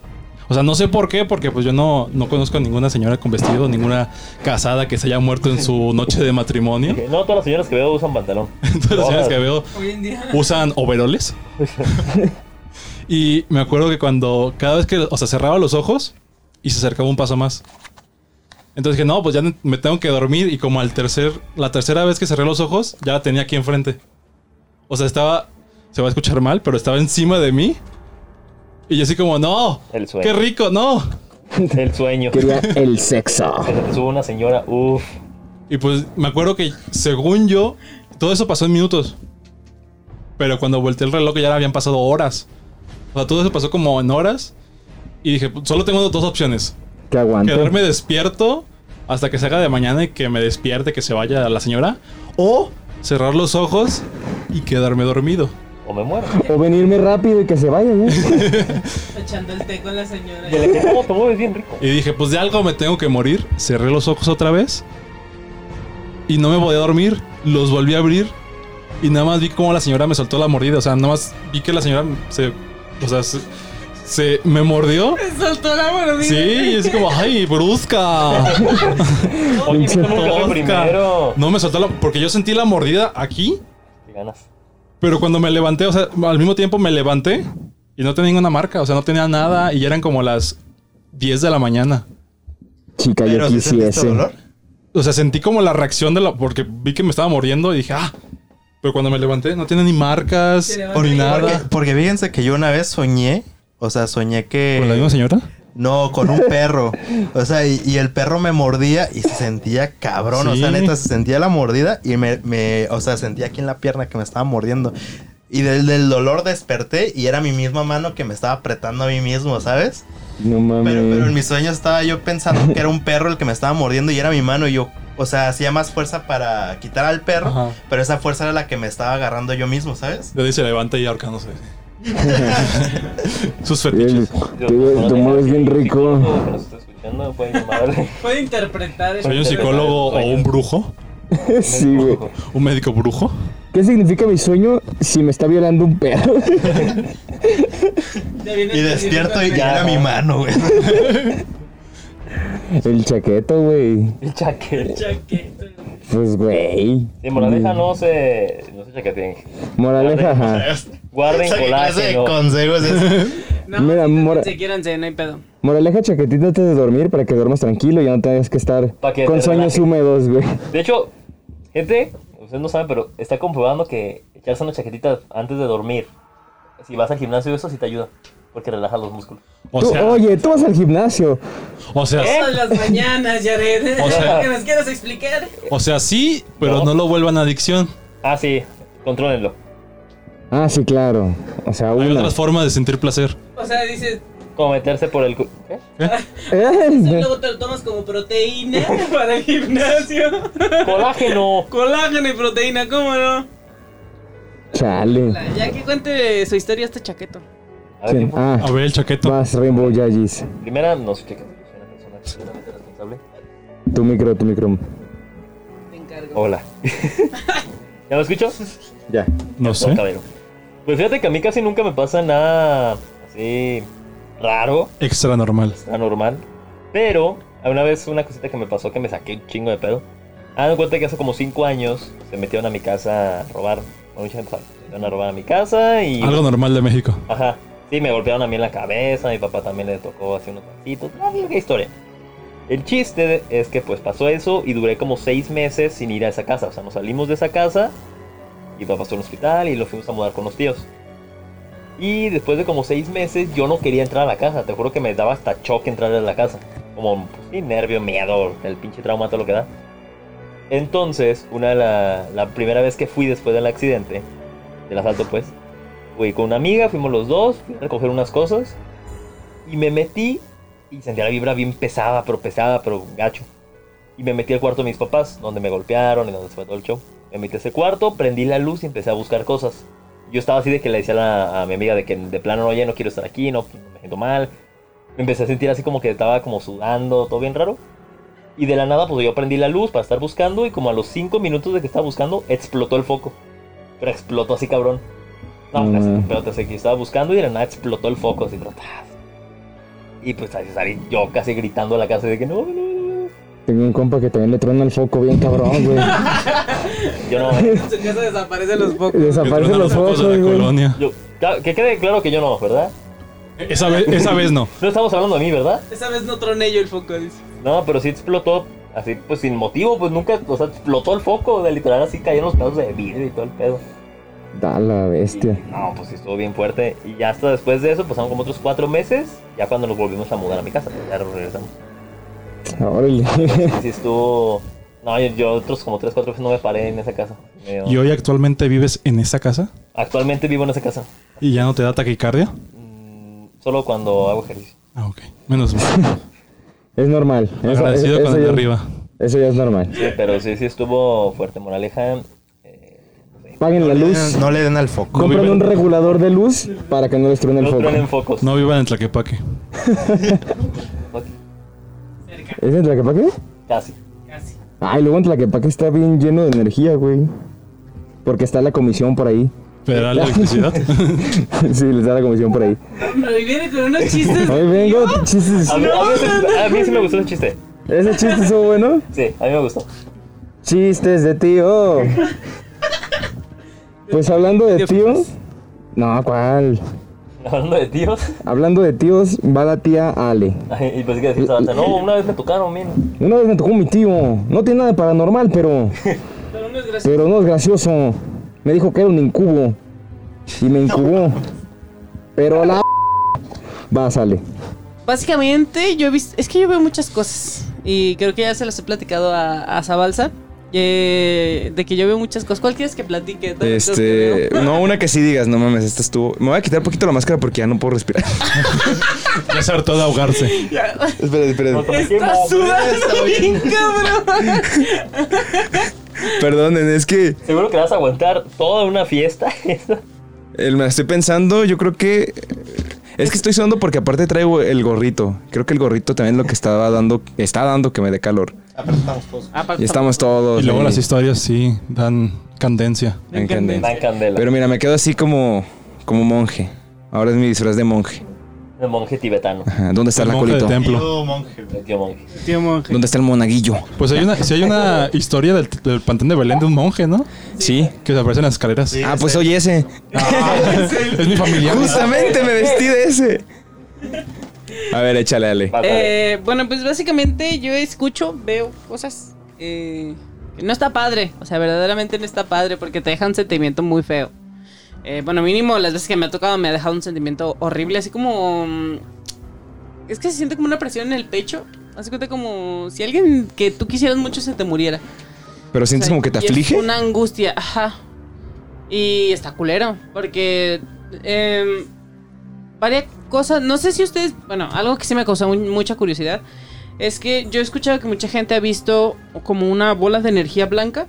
[SPEAKER 4] O sea, no sé por qué, porque pues yo no, no conozco a ninguna señora con vestido, ninguna casada que se haya muerto en su noche de matrimonio. [laughs]
[SPEAKER 5] Que No, todas las señoras que veo usan pantalón.
[SPEAKER 4] Todas las señoras que veo
[SPEAKER 6] Hoy en día.
[SPEAKER 4] usan overoles. y me acuerdo que cuando cada vez que, o sea, cerraba los ojos y se acercaba un paso más. Entonces dije, no, pues ya me tengo que dormir y como al tercer, la tercera vez que cerré los ojos, ya la tenía aquí enfrente. O sea, estaba, se va a escuchar mal, pero estaba encima de mí. Y yo así como, no,
[SPEAKER 5] El sueño.
[SPEAKER 4] qué rico, no.
[SPEAKER 5] El sueño.
[SPEAKER 8] Quería el sexo.
[SPEAKER 5] Que se te sube una señora, uff.
[SPEAKER 4] Y pues me acuerdo que según yo, todo eso pasó en minutos. Pero cuando volteé el reloj ya habían pasado horas. O sea, todo eso pasó como en horas. Y dije, "Pues, solo tengo dos opciones.
[SPEAKER 8] Que aguante.
[SPEAKER 4] Quedarme despierto hasta que se haga de mañana y que me despierte, que se vaya la señora. O cerrar los ojos y quedarme dormido.
[SPEAKER 5] O me muero.
[SPEAKER 8] O venirme rápido y que se vaya,
[SPEAKER 4] [laughs]
[SPEAKER 8] ¿eh?
[SPEAKER 6] Echando el té con la señora.
[SPEAKER 5] Y el que ¿cómo te mueves bien rico?
[SPEAKER 4] Y dije, pues de algo me tengo que morir. Cerré los ojos otra vez. Y no me podía dormir. Los volví a abrir. Y nada más vi cómo la señora me soltó la mordida. O sea, nada más vi que la señora se. O sea, se, se- me mordió.
[SPEAKER 6] Me soltó la mordida.
[SPEAKER 4] Sí, y es como, ¡ay, brusca!
[SPEAKER 5] Oye, me tomo un café
[SPEAKER 4] Tosca.
[SPEAKER 5] primero.
[SPEAKER 4] No me soltó la. Porque yo sentí la mordida aquí.
[SPEAKER 5] Y ganas.
[SPEAKER 4] Pero cuando me levanté, o sea, al mismo tiempo me levanté y no tenía ninguna marca. O sea, no tenía nada. Y ya eran como las 10 de la mañana.
[SPEAKER 8] Chica, yo
[SPEAKER 7] Pero si sentiste
[SPEAKER 4] este
[SPEAKER 8] quisiese.
[SPEAKER 7] dolor.
[SPEAKER 4] O sea, sentí como la reacción de la. Porque vi que me estaba mordiendo y dije, ah. Pero cuando me levanté, no tiene ni marcas,
[SPEAKER 6] Se levantó
[SPEAKER 4] ni
[SPEAKER 6] y-
[SPEAKER 7] Porque,
[SPEAKER 4] nada.
[SPEAKER 7] porque fíjense que yo una vez soñé, o sea, soñé que...
[SPEAKER 4] ¿Con la misma señora?
[SPEAKER 7] No, con un perro. O sea, y, y el perro me mordía y se sentía cabrón. O sea,
[SPEAKER 4] Sí.
[SPEAKER 7] neta, se sentía la mordida y me, me- o sea, sentía aquí en la pierna que me estaba mordiendo. Y del, del dolor desperté y era mi misma mano que me estaba apretando a mí mismo, ¿sabes?
[SPEAKER 8] No mames.
[SPEAKER 7] Pero, pero en mis sueños estaba yo pensando que era un perro el que me estaba mordiendo y era mi mano y yo, o sea, hacía más fuerza para quitar al perro,
[SPEAKER 4] Ajá.
[SPEAKER 7] pero esa fuerza era la que me estaba agarrando yo mismo, ¿sabes?
[SPEAKER 4] De ahí se levanta y ahorcándose. Sus
[SPEAKER 8] Bien,
[SPEAKER 4] fetiches.
[SPEAKER 8] te- te mueves bien rico.
[SPEAKER 5] Todo que nos está escuchando. No puede
[SPEAKER 8] [laughs]
[SPEAKER 5] llamarle.
[SPEAKER 6] Puede interpretar eso.
[SPEAKER 4] ¿Soy un psicólogo o un brujo?
[SPEAKER 3] Sí, güey.
[SPEAKER 4] ¿Un médico brujo?
[SPEAKER 3] ¿Qué significa mi sueño si me está violando un perro?
[SPEAKER 6] Ya viene
[SPEAKER 7] Y
[SPEAKER 6] el-
[SPEAKER 7] despierto y
[SPEAKER 6] el-
[SPEAKER 7] ya era mi mano, güey.
[SPEAKER 3] [laughs] El chaqueto, güey.
[SPEAKER 5] El chaquete.
[SPEAKER 6] Chaqueta.
[SPEAKER 3] Pues, güey.
[SPEAKER 5] Sí, moraleja no se. No se chaqueteen.
[SPEAKER 3] Moraleja, ajá.
[SPEAKER 7] [laughs]
[SPEAKER 5] Guarden
[SPEAKER 7] ¿Qué clase de
[SPEAKER 5] colágeno.
[SPEAKER 7] consejos es?
[SPEAKER 6] No,
[SPEAKER 3] Mira, mora-
[SPEAKER 6] se quieran, no hay pedo.
[SPEAKER 3] Moraleja, chaquetito antes de dormir para que duermas tranquilo y ya no tengas que estar
[SPEAKER 5] Pa' que
[SPEAKER 3] con
[SPEAKER 5] te
[SPEAKER 3] sueños
[SPEAKER 5] relajes.
[SPEAKER 3] húmedos, güey.
[SPEAKER 5] De hecho, gente, ustedes no saben, pero está comprobando que echarse una chaquetita antes de dormir, si vas al gimnasio y eso sí te ayuda, porque relaja los músculos.
[SPEAKER 4] O
[SPEAKER 3] Tú-
[SPEAKER 4] sea,
[SPEAKER 3] oye, tú vas al gimnasio.
[SPEAKER 4] o sea,
[SPEAKER 6] Todas las mañanas, Jared.
[SPEAKER 4] ¿Eh? O sea-
[SPEAKER 6] [laughs] ¿Qué nos quieres explicar?
[SPEAKER 4] o sea, sí, pero
[SPEAKER 5] No.
[SPEAKER 4] no lo vuelvan adicción.
[SPEAKER 5] Ah, sí, contrólenlo.
[SPEAKER 3] Ah, sí, claro. O sea,
[SPEAKER 4] Hay
[SPEAKER 3] una.
[SPEAKER 4] otras formas de sentir placer.
[SPEAKER 6] O sea, dices,
[SPEAKER 5] Como meterse por el... cu- ¿Qué?
[SPEAKER 3] [laughs]
[SPEAKER 6] eso
[SPEAKER 3] Eh,
[SPEAKER 6] luego te lo tomas como proteína [laughs] para el gimnasio. [laughs]
[SPEAKER 5] ¡Colágeno!
[SPEAKER 6] Colágeno y proteína, ¿cómo no?
[SPEAKER 3] Chale.
[SPEAKER 6] Ya que cuente su historia este chaqueto.
[SPEAKER 5] A ver,
[SPEAKER 3] Sí,
[SPEAKER 5] tiempo.
[SPEAKER 3] Ah,
[SPEAKER 4] A ver, el chaqueto.
[SPEAKER 3] vas, Rainbow Yagis.
[SPEAKER 5] Primera, no soy chaqueta, soy una persona completamente responsable.
[SPEAKER 3] Tu micro, tu micro.
[SPEAKER 6] Te encargo.
[SPEAKER 3] Oh.
[SPEAKER 5] Hola. [laughs] ¿Ya me escucho?
[SPEAKER 3] Ya.
[SPEAKER 4] No
[SPEAKER 5] No,
[SPEAKER 4] sé.
[SPEAKER 5] caballero. Pues fíjate que a mí casi nunca me pasa nada así raro.
[SPEAKER 4] Extra normal.
[SPEAKER 5] anormal. Pero, una vez una cosita que me pasó que me saqué un chingo de pedo. Ah, en cuenta que hace como 5 años se metieron a mi casa a robar. Bueno, mucha gente sabe, se metieron a robar a mi casa y.
[SPEAKER 4] Algo normal de México.
[SPEAKER 5] Ajá. Sí, me golpearon a mí en la cabeza. Mi papá también le tocó así unos pasitos. Ah, qué historia. El chiste es que pues pasó eso y duré como 6 meses sin ir a esa casa. O sea, nos salimos de esa casa y papá pasó al hospital y lo fuimos a mudar con los tíos. Y después de como seis meses yo no quería entrar a la casa. Te juro que me daba hasta choque entrar a la casa. Como pues, sí, nervio, miedo, el pinche trauma, todo lo que da. Entonces, una de la, la primera vez que fui después del accidente, del asalto pues, fui con una amiga, fuimos los dos, fui a recoger unas cosas. Y me metí y sentía la vibra bien pesada, pero pesada, pero gacho. Y me metí al cuarto de mis papás, donde me golpearon y donde se fue todo el show. Me metí a ese cuarto, prendí la luz y empecé a buscar cosas. Yo estaba así de que le decía a, la- a mi amiga de que de plano, oye, no quiero estar aquí, no, me siento mal. Me empecé a sentir así como que estaba como sudando, todo bien raro. Y de la nada, pues yo prendí la luz para estar buscando y como a los 5 minutos de que estaba buscando, explotó el foco. Pero explotó así, cabrón. No,
[SPEAKER 3] Mm.
[SPEAKER 5] así, pero te sé que estaba buscando y de la nada explotó el foco, así, pero, tas. Y pues así salí yo casi gritando a la casa de que no, no, no. no".
[SPEAKER 3] Tengo un compa que también le trona el foco bien cabrón,
[SPEAKER 6] [laughs]
[SPEAKER 3] güey.
[SPEAKER 5] Yo no,
[SPEAKER 6] En su casa desaparecen los
[SPEAKER 3] [laughs]
[SPEAKER 6] pocos.
[SPEAKER 4] Que
[SPEAKER 3] Desaparecen
[SPEAKER 4] truenan
[SPEAKER 3] los focos,
[SPEAKER 4] de la
[SPEAKER 3] güey.
[SPEAKER 4] colonia.
[SPEAKER 5] yo- claro, que quede claro que yo no, ¿verdad?
[SPEAKER 4] Esa vez, esa vez no.
[SPEAKER 5] No estamos hablando de mí, ¿verdad?
[SPEAKER 6] Esa vez no troné yo el foco, dice.
[SPEAKER 5] No, pero sí explotó, así pues sin motivo, pues nunca, o sea, explotó el foco, de literal así cayeron los pedazos de vidrio y todo el pedo.
[SPEAKER 3] Da la
[SPEAKER 5] Y,
[SPEAKER 3] bestia.
[SPEAKER 5] no, pues sí estuvo bien fuerte. Y ya hasta después de eso pasaron como otros cuatro meses, ya cuando nos volvimos a mudar a mi casa, pues, ya regresamos.
[SPEAKER 3] Órale. [laughs]
[SPEAKER 5] Y sí estuvo... No, yo, yo otros como tres, cuatro veces no me paré en esa casa. Me-
[SPEAKER 4] ¿Y hoy actualmente vives en esa casa?
[SPEAKER 5] Actualmente vivo en esa casa,
[SPEAKER 4] ¿Y ya no te da taquicardia?
[SPEAKER 5] Mm, solo cuando hago ejercicio.
[SPEAKER 4] Ah, ok. Menos mal.
[SPEAKER 3] Es normal. [laughs] Eso-
[SPEAKER 4] Agradecido
[SPEAKER 3] eso
[SPEAKER 4] con el de
[SPEAKER 3] ya-
[SPEAKER 4] arriba.
[SPEAKER 3] Eso ya es normal.
[SPEAKER 5] Sí, pero sí, sí estuvo fuerte, moraleja. eh,
[SPEAKER 3] Paguen la luz.
[SPEAKER 7] [laughs] No le den al foco.
[SPEAKER 3] Compren un regulador de luz para que no les truene el
[SPEAKER 5] No
[SPEAKER 3] foco.
[SPEAKER 5] truenen focos.
[SPEAKER 4] No vivan en Tlaquepaque.
[SPEAKER 5] Ok,
[SPEAKER 3] ¿Es en Tlaquepaque?
[SPEAKER 5] Casi.
[SPEAKER 6] Casi.
[SPEAKER 3] Ay, luego en Tlaquepaque está bien lleno de energía, güey. Porque está la comisión por ahí. [laughs]
[SPEAKER 4] ¿Federal de electricidad? [laughs]
[SPEAKER 3] sí, les da la comisión por ahí.
[SPEAKER 6] Pero ahí viene con unos
[SPEAKER 3] [laughs]
[SPEAKER 6] chistes.
[SPEAKER 3] Hoy vengo, chistes.
[SPEAKER 5] A mí, a mí sí- a mí sí me gustó ese chiste.
[SPEAKER 3] Ese chiste estuvo bueno.
[SPEAKER 5] Sí, a mí me gustó.
[SPEAKER 3] Chistes de tío. Pues hablando de
[SPEAKER 6] Tío
[SPEAKER 3] tíos.
[SPEAKER 6] Jesús.
[SPEAKER 3] No, ¿cuál?
[SPEAKER 5] Hablando de tíos. [laughs]
[SPEAKER 3] Hablando de tíos, va la tía Ale.
[SPEAKER 5] ay, Y pues que decir, no, una vez me tocaron, mira.
[SPEAKER 3] Una vez me tocó mi tío. No tiene nada de paranormal, pero.
[SPEAKER 6] Pero unos graciosos.
[SPEAKER 3] Pero no es gracioso. Me dijo que era un incubo. Y me incubó. Pero la. Va, sale.
[SPEAKER 6] Básicamente, yo he visto. Es que yo veo muchas cosas. Y creo que ya se las he platicado a, a Zabalza. eh, de que yo veo muchas cosas. ¿Cuál quieres que platique? Todas las cosas que veo.
[SPEAKER 9] Este, no, una que sí digas, no mames, esta estuvo. Me voy a quitar un poquito la máscara porque ya no puedo respirar. [laughs]
[SPEAKER 4] Ya se hartó de ahogarse.
[SPEAKER 9] espérate, espérate.
[SPEAKER 5] Nosotros
[SPEAKER 6] Está
[SPEAKER 5] dijimos,
[SPEAKER 7] [laughs]
[SPEAKER 6] sudando bien, cabrón.
[SPEAKER 9] Perdonen, es que
[SPEAKER 5] Seguro que vas a aguantar toda una fiesta. [laughs]
[SPEAKER 9] el, me la estoy pensando, yo creo que. eh,
[SPEAKER 3] Es que estoy sudando porque aparte traigo el gorrito. Creo que el gorrito también es lo que estaba dando, está dando que me dé calor.
[SPEAKER 7] Aparte estamos todos.
[SPEAKER 3] Y estamos todos.
[SPEAKER 4] Y luego
[SPEAKER 3] ahí
[SPEAKER 4] las historias sí dan candencia.
[SPEAKER 3] en candela.
[SPEAKER 5] Dan candela.
[SPEAKER 3] Pero mira, me quedo así como, como monje. Ahora es mi disfraz de monje.
[SPEAKER 5] El monje tibetano.
[SPEAKER 3] Ajá, ¿Dónde está
[SPEAKER 4] El
[SPEAKER 3] la
[SPEAKER 4] monje de
[SPEAKER 3] colito?
[SPEAKER 4] templo.
[SPEAKER 7] Yo, monje.
[SPEAKER 5] El tío monje.
[SPEAKER 6] Tío monje.
[SPEAKER 3] ¿Dónde está el monaguillo?
[SPEAKER 4] Pues hay una, si hay una historia del, del pantón de Belén de un monje, ¿no?
[SPEAKER 3] Sí.
[SPEAKER 4] Que se aparece en las escaleras.
[SPEAKER 7] Sí. Ah,
[SPEAKER 3] Ah,
[SPEAKER 7] [laughs]
[SPEAKER 3] pues oye ese.
[SPEAKER 4] Es mi familiar.
[SPEAKER 3] Justamente me vestí de ese. A ver, échale, Ale.
[SPEAKER 5] Vas, dale.
[SPEAKER 6] Eh, bueno, pues básicamente yo escucho, veo cosas eh, que no está padre. O sea, verdaderamente no está padre porque te deja un sentimiento muy feo. Eh, bueno, mínimo las veces que me ha tocado me ha dejado un sentimiento horrible, así como... mm, Es que se siente como una presión en el pecho. Hace cuenta como si alguien que tú quisieras mucho se te muriera.
[SPEAKER 3] Pero sientes
[SPEAKER 6] O sea,
[SPEAKER 3] como que te
[SPEAKER 6] y es
[SPEAKER 3] aflige.
[SPEAKER 6] Una angustia, ajá. Y está culero, porque em, varias cosas, no sé si ustedes, bueno, algo que sí me causó mu- mucha curiosidad, es que yo he escuchado que mucha gente ha visto como una bola de energía blanca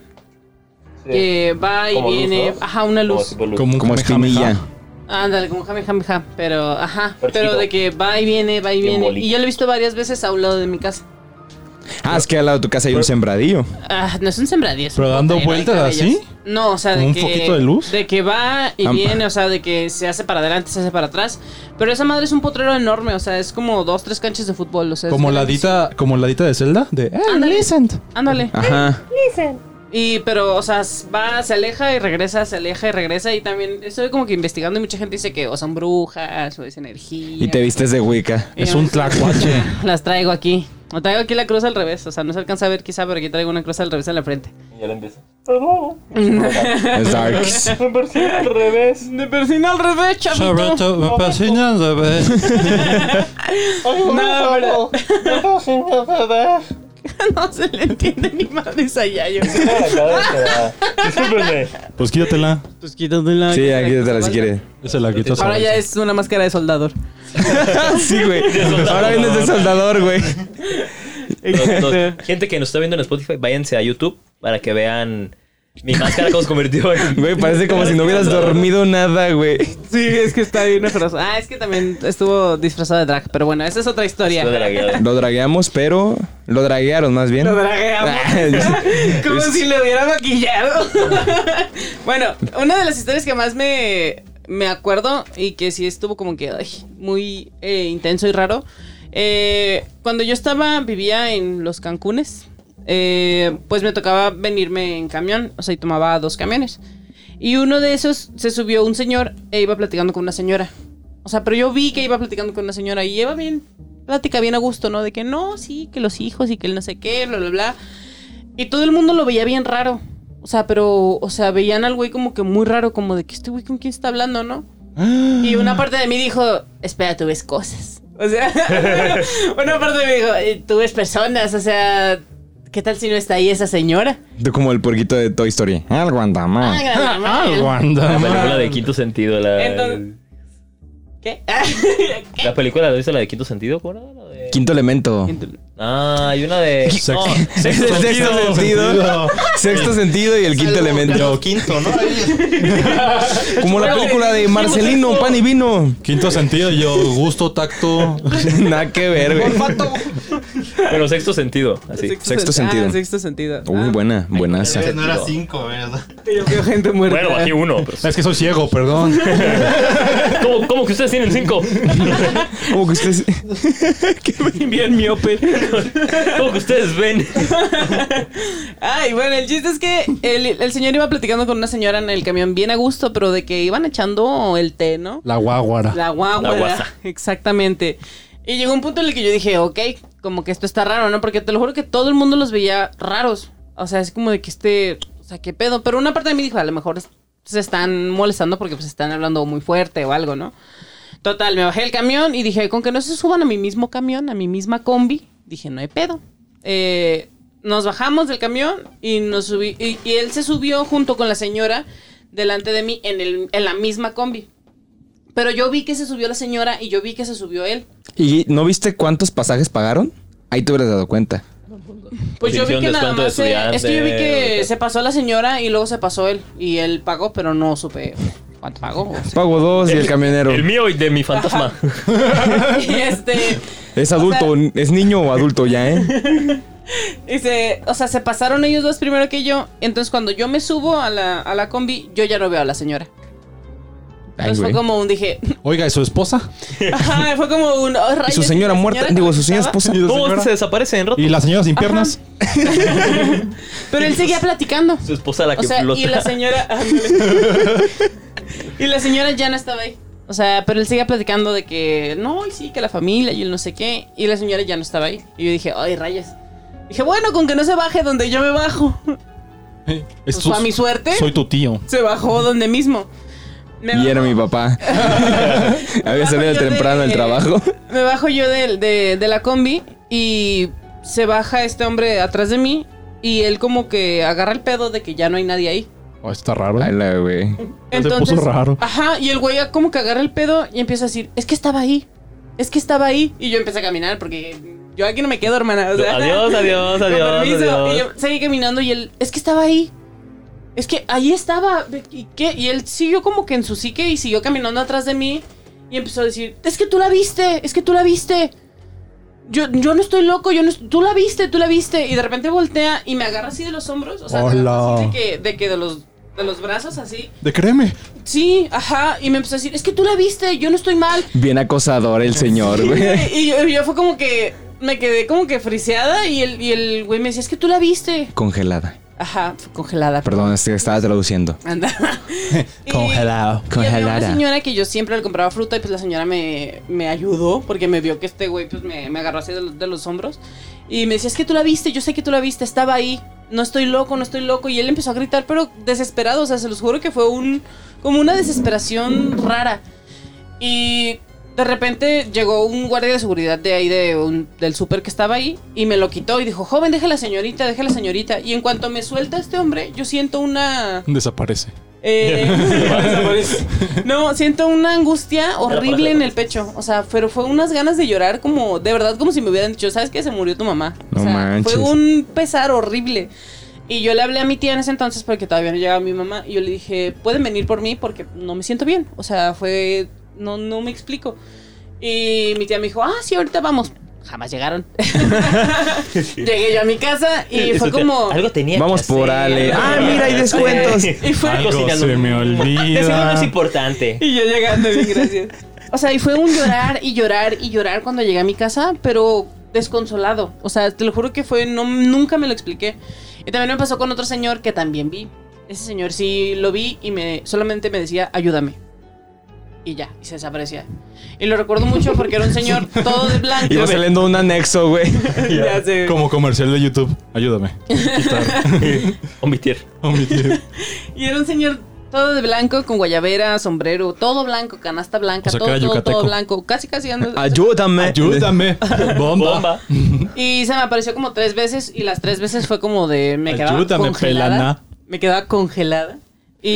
[SPEAKER 5] Sí.
[SPEAKER 6] que va y
[SPEAKER 5] Como luz,
[SPEAKER 6] viene,
[SPEAKER 5] ¿no?
[SPEAKER 6] ajá,
[SPEAKER 5] Como
[SPEAKER 6] una eh, luz.
[SPEAKER 5] tipo luz.
[SPEAKER 4] Como un
[SPEAKER 3] Como
[SPEAKER 4] jamejameja.
[SPEAKER 3] espinilla.
[SPEAKER 6] Ándale, como jame, jame, jame, pero ajá,
[SPEAKER 5] Pero
[SPEAKER 6] pero
[SPEAKER 5] chiquito.
[SPEAKER 6] de que va y viene, va y
[SPEAKER 5] Bien
[SPEAKER 6] viene.
[SPEAKER 5] bolita.
[SPEAKER 6] Y yo lo he visto varias veces a un lado de mi casa.
[SPEAKER 3] Ah, es que al lado de tu casa hay un sembradillo.
[SPEAKER 6] Ah, no es un sembradío. es un
[SPEAKER 4] ¿Pero dando
[SPEAKER 6] potrero, hay
[SPEAKER 4] vueltas
[SPEAKER 6] cabellos.
[SPEAKER 4] así?
[SPEAKER 6] No, o sea, de
[SPEAKER 4] ¿Como un
[SPEAKER 6] que.
[SPEAKER 4] foquito de luz?
[SPEAKER 6] De que va y
[SPEAKER 3] Ah,
[SPEAKER 6] viene, o sea, de que se hace para adelante, se hace para atrás. Pero esa madre es un potrero enorme, o sea, es como dos, tres canchas de fútbol, o sea. es
[SPEAKER 4] Como
[SPEAKER 6] grande.
[SPEAKER 4] ladita, como ladita de Zelda. De, eh,
[SPEAKER 6] Ándale.
[SPEAKER 4] listen.
[SPEAKER 6] Ándale.
[SPEAKER 3] Ajá.
[SPEAKER 6] Y, pero, o sea, s- va, se aleja y regresa, se aleja y regresa. Y también estoy como que investigando y mucha gente dice que o son brujas o es energía.
[SPEAKER 3] Y te vistes de Wicca.
[SPEAKER 6] Y
[SPEAKER 4] Es
[SPEAKER 6] yo,
[SPEAKER 4] un tlacuache.
[SPEAKER 3] [laughs]
[SPEAKER 6] Las traigo aquí. O traigo aquí la cruz al revés, o sea, no se alcanza a ver quizá, pero aquí traigo una cruz al revés en la frente.
[SPEAKER 5] Y ya le empieza. Perdón.
[SPEAKER 3] Es Darks.
[SPEAKER 5] Me pareció al revés.
[SPEAKER 6] De persina al revés, chavito.
[SPEAKER 4] me fascina, ¿sabes?
[SPEAKER 6] No, pero-
[SPEAKER 5] Disculpenme.
[SPEAKER 6] [laughs] no se le entiende ni madre a Yayo.
[SPEAKER 4] Pues quítatela.
[SPEAKER 6] Pues quítatela.
[SPEAKER 3] Sí, aquí te la si
[SPEAKER 4] [laughs]
[SPEAKER 3] quieres.
[SPEAKER 4] Ese la quitas.
[SPEAKER 6] Ahora ya es una máscara de soldador.
[SPEAKER 3] Sí, güey. Ahora vienes de soldador, güey.
[SPEAKER 5] Los- los- gente que nos está viendo en Spotify, váyanse a YouTube para que vean mi máscara cómo se convirtió en.
[SPEAKER 3] Güey, parece como si no hubieras dormido nada, güey.
[SPEAKER 6] Sí, es que está [laughs] bien horroroso. Ah, es que también estuvo disfrazado de drag, pero bueno, esa es otra historia.
[SPEAKER 5] Esto de la guerra.
[SPEAKER 3] Lo dragueamos, pero. Lo draguearon más bien.
[SPEAKER 6] Lo dragueamos. [laughs] Como si lo hubiera maquillado. [laughs] bueno, una de las historias que más me, me acuerdo y que sí estuvo como que ay, muy eh, intenso y raro. eh, cuando yo estaba, vivía en los Cancunes, eh, pues me tocaba venirme en camión, o sea, y tomaba dos camiones. Y uno de esos se subió un señor e iba platicando con una señora. O sea, pero yo vi que iba platicando con una señora y lleva bien, plática bien a gusto, ¿no? De que no, sí, que los hijos y que el no sé qué, bla, bla, bla. Y todo el mundo lo veía bien raro. O sea, pero, o sea, veían al güey como que muy raro, como de que este güey con quién está hablando, [gasps] ¿no? Y una parte de mí dijo, espera, tú ves cosas. O [laughs] sea, una parte de mí dijo, "Eh, tú ves personas, o sea, ¿qué tal si no está ahí esa señora?
[SPEAKER 3] Tú como el puerquito de Toy Story. Algo anda
[SPEAKER 6] Ah,
[SPEAKER 3] mal.
[SPEAKER 6] gran mamá.
[SPEAKER 5] La
[SPEAKER 4] Wanda. [laughs]
[SPEAKER 5] película de quinto sentido. La,
[SPEAKER 6] Entonces- eh, ¿Qué? Ah,
[SPEAKER 5] la película de la de quinto sentido, ¿cómo era? La de-
[SPEAKER 3] Quinto elemento.
[SPEAKER 5] Ah, hay una de.
[SPEAKER 4] Sexto.
[SPEAKER 5] No,
[SPEAKER 3] Es el sexto sentido. Sexto sentido y el [laughs] quinto elemento.
[SPEAKER 7] Yo, quinto, ¿no? Ahí.
[SPEAKER 3] [laughs] Como la película de Marcelino, pan y vino.
[SPEAKER 4] Quinto sentido, yo gusto, tacto.
[SPEAKER 3] Nada que ver, güey.
[SPEAKER 5] pero sexto sentido. Así.
[SPEAKER 3] Sexto
[SPEAKER 6] sen-
[SPEAKER 3] sentido.
[SPEAKER 6] Ah, sexto sentido.
[SPEAKER 3] Uy,
[SPEAKER 6] Ah,
[SPEAKER 3] buena, buenaza.
[SPEAKER 7] No era cinco, ¿verdad?
[SPEAKER 6] Yo veo gente muerta.
[SPEAKER 5] Bueno, aquí uno. pero-
[SPEAKER 4] Es que soy ciego, perdón.
[SPEAKER 5] ¿Cómo, cómo que ustedes tienen cinco?
[SPEAKER 3] [laughs] Como que
[SPEAKER 6] [laughs]
[SPEAKER 3] ustedes.
[SPEAKER 5] Bien miope. ¿Cómo que ustedes ven?
[SPEAKER 6] Ay, bueno, el chiste es que el, el señor iba platicando con una señora en el camión bien a gusto, pero de que iban echando el té, ¿no?
[SPEAKER 4] La guaguara.
[SPEAKER 6] La guagua.
[SPEAKER 5] La guasa.
[SPEAKER 6] Exactamente. Y llegó un punto en el que yo dije, ok, como que esto está raro, ¿no? Porque te lo juro que todo el mundo los veía raros. O sea, es como de que este, o sea, qué pedo. Pero una parte de mí dijo, a lo mejor es- se están molestando porque pues están hablando muy fuerte o algo, ¿no? Total, me bajé el camión y dije, con que no se suban a mi mismo camión, a mi misma combi, dije, no hay pedo. Eh, nos bajamos del camión y nos subí, y, y él se subió junto con la señora delante de mí en, el, en la misma combi. Pero yo vi que se subió la señora y yo vi que se subió él.
[SPEAKER 3] ¿Y no viste cuántos pasajes pagaron? Ahí te hubieras dado cuenta.
[SPEAKER 6] Pues yo vi
[SPEAKER 5] Hicieron
[SPEAKER 6] que nada
[SPEAKER 5] descuento de
[SPEAKER 6] más se-
[SPEAKER 5] estudiante,
[SPEAKER 6] es que yo vi
[SPEAKER 5] o
[SPEAKER 6] que
[SPEAKER 5] qué.
[SPEAKER 6] se pasó la señora y luego se pasó él y él pagó, pero no supe. ¿Cuánto pago?
[SPEAKER 3] Pago dos y el camionero.
[SPEAKER 5] El mío y de mi fantasma.
[SPEAKER 6] [laughs] y este,
[SPEAKER 3] Es adulto,
[SPEAKER 6] o
[SPEAKER 3] es niño o adulto ya, ¿eh?
[SPEAKER 6] y se- o sea, se pasaron ellos dos primero que yo. Entonces, cuando yo me subo a la, a la combi, yo ya no veo a la señora.
[SPEAKER 3] Ay,
[SPEAKER 6] Entonces
[SPEAKER 3] güey.
[SPEAKER 6] fue como un dije. [laughs]
[SPEAKER 4] Oiga, ¿y su esposa?
[SPEAKER 6] Ajá, fue como un. oh,
[SPEAKER 3] Y
[SPEAKER 6] rayos,
[SPEAKER 3] su señora
[SPEAKER 6] la
[SPEAKER 3] muerta,
[SPEAKER 6] señora
[SPEAKER 3] digo,
[SPEAKER 6] que
[SPEAKER 3] su señora
[SPEAKER 6] estaba.
[SPEAKER 3] esposa.
[SPEAKER 5] No, este se desaparece en rato.
[SPEAKER 4] ¿Y la señora sin piernas?
[SPEAKER 6] Pero él seguía platicando.
[SPEAKER 5] Su esposa la que
[SPEAKER 6] O sea,
[SPEAKER 5] flota.
[SPEAKER 6] y
[SPEAKER 4] [laughs]
[SPEAKER 6] la señora. ándale. y la señora ya no estaba ahí. O sea, pero él seguía platicando de que no, y sí, que la familia y el no sé qué. Y la señora ya no estaba ahí. Y yo dije, ay, rayas. Dije, bueno, con que no se baje donde yo me bajo.
[SPEAKER 4] Eh, es
[SPEAKER 6] Pues
[SPEAKER 4] tu-
[SPEAKER 6] a mi suerte,
[SPEAKER 4] Soy tu tío.
[SPEAKER 6] se bajó donde mismo. Me
[SPEAKER 3] Y era mi
[SPEAKER 6] [laughs]
[SPEAKER 3] papá. Había salido
[SPEAKER 6] Yo de-
[SPEAKER 3] temprano del trabajo.
[SPEAKER 6] Me bajo yo del- de, de la combi y se baja este hombre atrás de mí y él como que agarra el pedo de que ya no hay nadie ahí.
[SPEAKER 4] Oh, está raro.
[SPEAKER 3] Ay, la güey.
[SPEAKER 4] Ya se puso raro.
[SPEAKER 6] Ajá, y el güey como que agarra el pedo y empieza a decir, es que estaba ahí, es que estaba ahí. Y yo empecé a caminar porque yo aquí no me quedo, hermana. o
[SPEAKER 5] [laughs]
[SPEAKER 6] sea,
[SPEAKER 5] Adiós, adiós,
[SPEAKER 6] [laughs] con
[SPEAKER 5] adiós,
[SPEAKER 6] permiso.
[SPEAKER 5] adiós.
[SPEAKER 6] Y yo seguí caminando y él, es que estaba ahí. Es que ahí estaba. ¿Y qué? Y él siguió como que en su psique y siguió caminando atrás de mí. Y empezó a decir, es que tú la viste, es que tú la viste. Yo, yo no estoy loco, yo no est- tú la viste, tú la viste. Y de repente voltea y me agarra así de los hombros. O sea, me agarra
[SPEAKER 4] Hola.
[SPEAKER 6] así de que, de que de los, de los brazos así.
[SPEAKER 4] De créeme.
[SPEAKER 6] Sí, ajá. Y me empezó a decir, es que tú la viste, yo no estoy mal.
[SPEAKER 3] Bien acosador el señor, güey.
[SPEAKER 6] Y yo, yo fue como que me quedé como que friseada y el, y el güey me decía, es que tú la viste.
[SPEAKER 3] Congelada.
[SPEAKER 6] Ajá, fue congelada.
[SPEAKER 3] Perdón, es que estaba traduciendo.
[SPEAKER 6] Anda. [laughs] Y- Y había una
[SPEAKER 3] Congelada.
[SPEAKER 6] señora que yo siempre le compraba fruta y pues la señora me, me ayudó porque me vio que este güey pues me, me agarró así de los, de los hombros y me decía, es que tú la viste, yo sé que tú la viste, estaba ahí, no estoy loco, no estoy loco y él empezó a gritar pero desesperado, o sea, se los juro que fue un como una desesperación rara y de repente llegó un guardia de seguridad de ahí de un- del súper que estaba ahí y me lo quitó y dijo, joven, deja la señorita, deja la señorita y en cuanto me suelta este hombre, yo siento una...
[SPEAKER 4] Desaparece.
[SPEAKER 6] Eh, [laughs] no, siento una angustia horrible en el pecho. O sea, pero fue unas ganas de llorar como, de verdad, como si me hubieran dicho, ¿sabes qué? Se murió tu mamá. O
[SPEAKER 3] No
[SPEAKER 6] sea,
[SPEAKER 3] manches.
[SPEAKER 6] Fue un pesar horrible. Y yo le hablé a mi tía en ese entonces porque todavía no llegaba mi mamá. Y yo le dije, pueden venir por mí porque no me siento bien. O sea, fue, no, no me explico. Y mi tía me dijo, ah, sí, ahorita vamos. Jamás
[SPEAKER 3] [laughs]
[SPEAKER 6] llegaron. [laughs] Llegué yo a mi casa y,
[SPEAKER 5] Y
[SPEAKER 6] fue
[SPEAKER 5] su tía,
[SPEAKER 6] como...
[SPEAKER 5] Algo tenía
[SPEAKER 3] Vamos
[SPEAKER 5] que
[SPEAKER 3] por Ale.
[SPEAKER 5] hacer".
[SPEAKER 3] Ah, mira, hay descuentos.
[SPEAKER 5] Oye,
[SPEAKER 6] Y fue-
[SPEAKER 5] algo
[SPEAKER 4] Algo
[SPEAKER 5] sin
[SPEAKER 4] se
[SPEAKER 5] algo.
[SPEAKER 4] me olvida.
[SPEAKER 5] De seguro
[SPEAKER 4] [laughs]
[SPEAKER 5] es importante.
[SPEAKER 6] Y yo llegando, bien, gracias. O sea, y fue un llorar y llorar y llorar cuando llegué a mi casa, pero desconsolado. O sea, te lo juro que fue, no, nunca me lo expliqué. Y también me pasó con otro señor que también vi. Ese señor sí lo vi y me solamente me decía, ayúdame. Y ya, y se desaparecía. Y lo recuerdo mucho porque era
[SPEAKER 4] [laughs]
[SPEAKER 6] un señor todo de blanco.
[SPEAKER 3] Iba saliendo un anexo, güey.
[SPEAKER 6] Ya sé.
[SPEAKER 4] Como comercial de YouTube. Ayúdame.
[SPEAKER 5] [laughs]
[SPEAKER 4] Oh,
[SPEAKER 5] Omitir.
[SPEAKER 4] Omitir.
[SPEAKER 6] Y era un señor todo de blanco, con guayabera, sombrero, todo blanco, canasta blanca,
[SPEAKER 4] O sea, que
[SPEAKER 6] todo,
[SPEAKER 4] era
[SPEAKER 6] todo, todo
[SPEAKER 4] yucateco. Ah,
[SPEAKER 6] blanco. Casi, casi ando-
[SPEAKER 3] Ayúdame.
[SPEAKER 4] Ayúdame. Bomba.
[SPEAKER 5] Bomba.
[SPEAKER 6] Y se me apareció como tres veces y las tres veces fue como de me quedaba
[SPEAKER 4] Ayúdame,
[SPEAKER 6] congelada.
[SPEAKER 4] pelana.
[SPEAKER 6] Me quedaba congelada.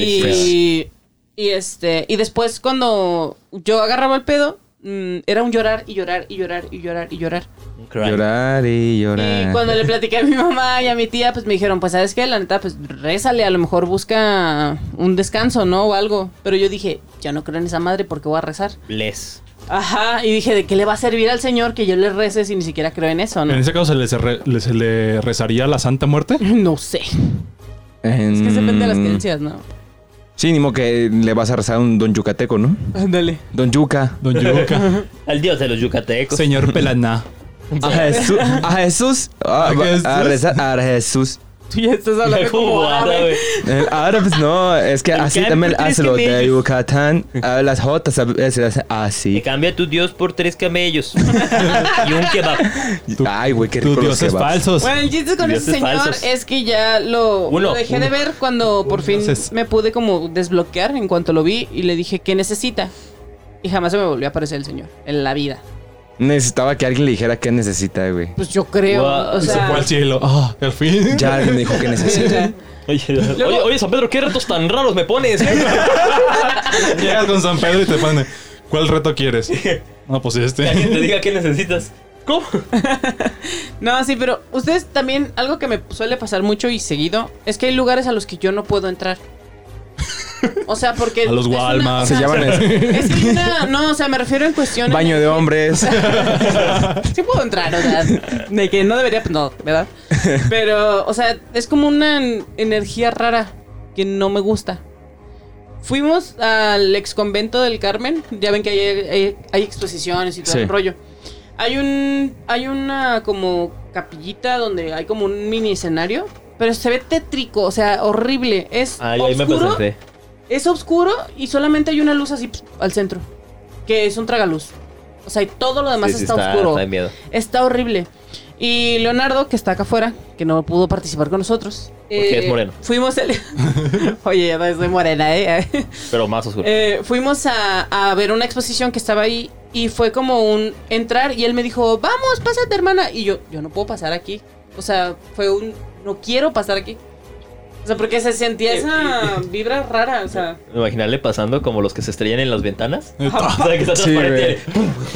[SPEAKER 6] Y, y este y después cuando yo agarraba el pedo mm, era un llorar y llorar y llorar y llorar y llorar.
[SPEAKER 5] Un cry.
[SPEAKER 3] Llorar y llorar.
[SPEAKER 6] Y cuando le platiqué a mi mamá y a mi tía, pues me dijeron, pues sabes qué, la neta, pues rézale, a lo mejor busca un descanso, ¿no? O algo. Pero yo dije, yo no creo en esa madre porque voy a rezar.
[SPEAKER 5] Bless.
[SPEAKER 6] Ajá. Y dije, ¿de qué le va a servir al Señor que yo le rece si ni siquiera creo en eso, no?
[SPEAKER 4] En ese caso, ¿se le, cerre- le- se le rezaría la Santa Muerte?
[SPEAKER 6] [laughs] No sé. Es que depende
[SPEAKER 5] Mm.
[SPEAKER 6] de las creencias, ¿no?
[SPEAKER 3] Sí, ni modo que le vas a rezar a un don yucateco, ¿no?
[SPEAKER 6] Ándale.
[SPEAKER 3] Don Yuca.
[SPEAKER 4] Don Yuca.
[SPEAKER 5] Al dios de los yucatecos.
[SPEAKER 4] Señor Pelana.
[SPEAKER 3] A Jesús. A Jesús. Ah, A,
[SPEAKER 4] ¿A Jesús?
[SPEAKER 3] a rezar a Jesús.
[SPEAKER 6] Tú ya
[SPEAKER 5] [laughs]
[SPEAKER 6] estás
[SPEAKER 5] La
[SPEAKER 6] hablando como
[SPEAKER 5] cubana,
[SPEAKER 6] árabe.
[SPEAKER 5] güey.
[SPEAKER 3] El árabe, pues, no, es que
[SPEAKER 5] En
[SPEAKER 3] así
[SPEAKER 5] cada
[SPEAKER 3] también
[SPEAKER 5] cultura es
[SPEAKER 3] hace lo
[SPEAKER 5] que me-
[SPEAKER 3] de Yucatán. A las Jotas a veces se hace así.
[SPEAKER 5] Te cambia tu dios por tres camellos. y un kebab.
[SPEAKER 3] Ay, güey, qué rico
[SPEAKER 4] Tus
[SPEAKER 3] los
[SPEAKER 4] dioses
[SPEAKER 3] kebabs.
[SPEAKER 4] falsos.
[SPEAKER 6] Bueno, el chiste con
[SPEAKER 5] Dioses
[SPEAKER 6] ese señor
[SPEAKER 5] falsos.
[SPEAKER 6] es que ya lo,
[SPEAKER 5] Uno,
[SPEAKER 6] lo dejé
[SPEAKER 5] uno.
[SPEAKER 6] de ver cuando por fin
[SPEAKER 4] Dioses.
[SPEAKER 6] me pude como desbloquear en cuanto lo vi y le dije ¿qué necesita. Y jamás se me volvió a aparecer el señor en la vida.
[SPEAKER 3] Necesitaba que alguien le dijera qué necesita, güey.
[SPEAKER 6] Pues yo creo.
[SPEAKER 5] Guau,
[SPEAKER 6] [laughs] o
[SPEAKER 5] se
[SPEAKER 4] Se
[SPEAKER 6] sea,
[SPEAKER 4] fue al cielo. Ah, al fin.
[SPEAKER 3] Ya alguien me dijo qué necesita.
[SPEAKER 5] Oye, oye, oye, San Pedro, ¿qué retos tan raros me [laughs] pones?
[SPEAKER 4] [laughs] Llegas con San Pedro y te ponen. ¿Cuál reto quieres? No, pues
[SPEAKER 5] Que alguien te
[SPEAKER 4] este.
[SPEAKER 5] diga qué necesitas. ¿Cómo?
[SPEAKER 6] no, sí, pero ustedes también algo que me suele pasar mucho y seguido es que hay lugares a los que yo no puedo entrar. O sea, porque.
[SPEAKER 4] [laughs] A los
[SPEAKER 6] es una-
[SPEAKER 4] Walmart.
[SPEAKER 6] o sea,
[SPEAKER 3] Se llaman
[SPEAKER 6] Es que hay una. No, o sea, me refiero en cuestión.
[SPEAKER 3] Baño de hombres.
[SPEAKER 6] [laughs] Sí puedo entrar, o sea, de que no debería, pues no, ¿verdad? Pero, o sea, es como una en- energía rara que no me gusta. Fuimos al ex convento del Carmen, ya ven que hay, hay- hay exposiciones y todo
[SPEAKER 3] Sí.
[SPEAKER 6] el rollo. Hay un, hay una como capillita donde hay como un mini escenario, pero se ve tétrico, o sea, horrible. Es
[SPEAKER 5] Ahí, ahí me
[SPEAKER 6] oscuro,
[SPEAKER 5] presenté.
[SPEAKER 6] es oscuro y solamente hay una luz así pf, al centro, que es un tragaluz. O sea, y todo lo demás
[SPEAKER 5] Sí, sí,
[SPEAKER 6] está, oscuro.
[SPEAKER 5] Está de miedo.
[SPEAKER 6] Está horrible. Y Leonardo, que está acá afuera, que no pudo participar con nosotros. Eh,
[SPEAKER 5] Porque es moreno.
[SPEAKER 6] Fuimos el... [laughs] Oye, ya soy morena, ¿eh?
[SPEAKER 5] Pero más oscuro.
[SPEAKER 6] Eh, fuimos a, a ver una exposición que estaba ahí y fue como un entrar y él me dijo, vamos, pásate, hermana. Y yo, yo no puedo pasar aquí. O sea, fue un, no quiero pasar aquí. O sea, porque se sentía esa vibra rara, o sea...
[SPEAKER 5] Imaginarle pasando como los que se estrellan en las ventanas. o sea, que está
[SPEAKER 3] Sí,
[SPEAKER 5] transparente.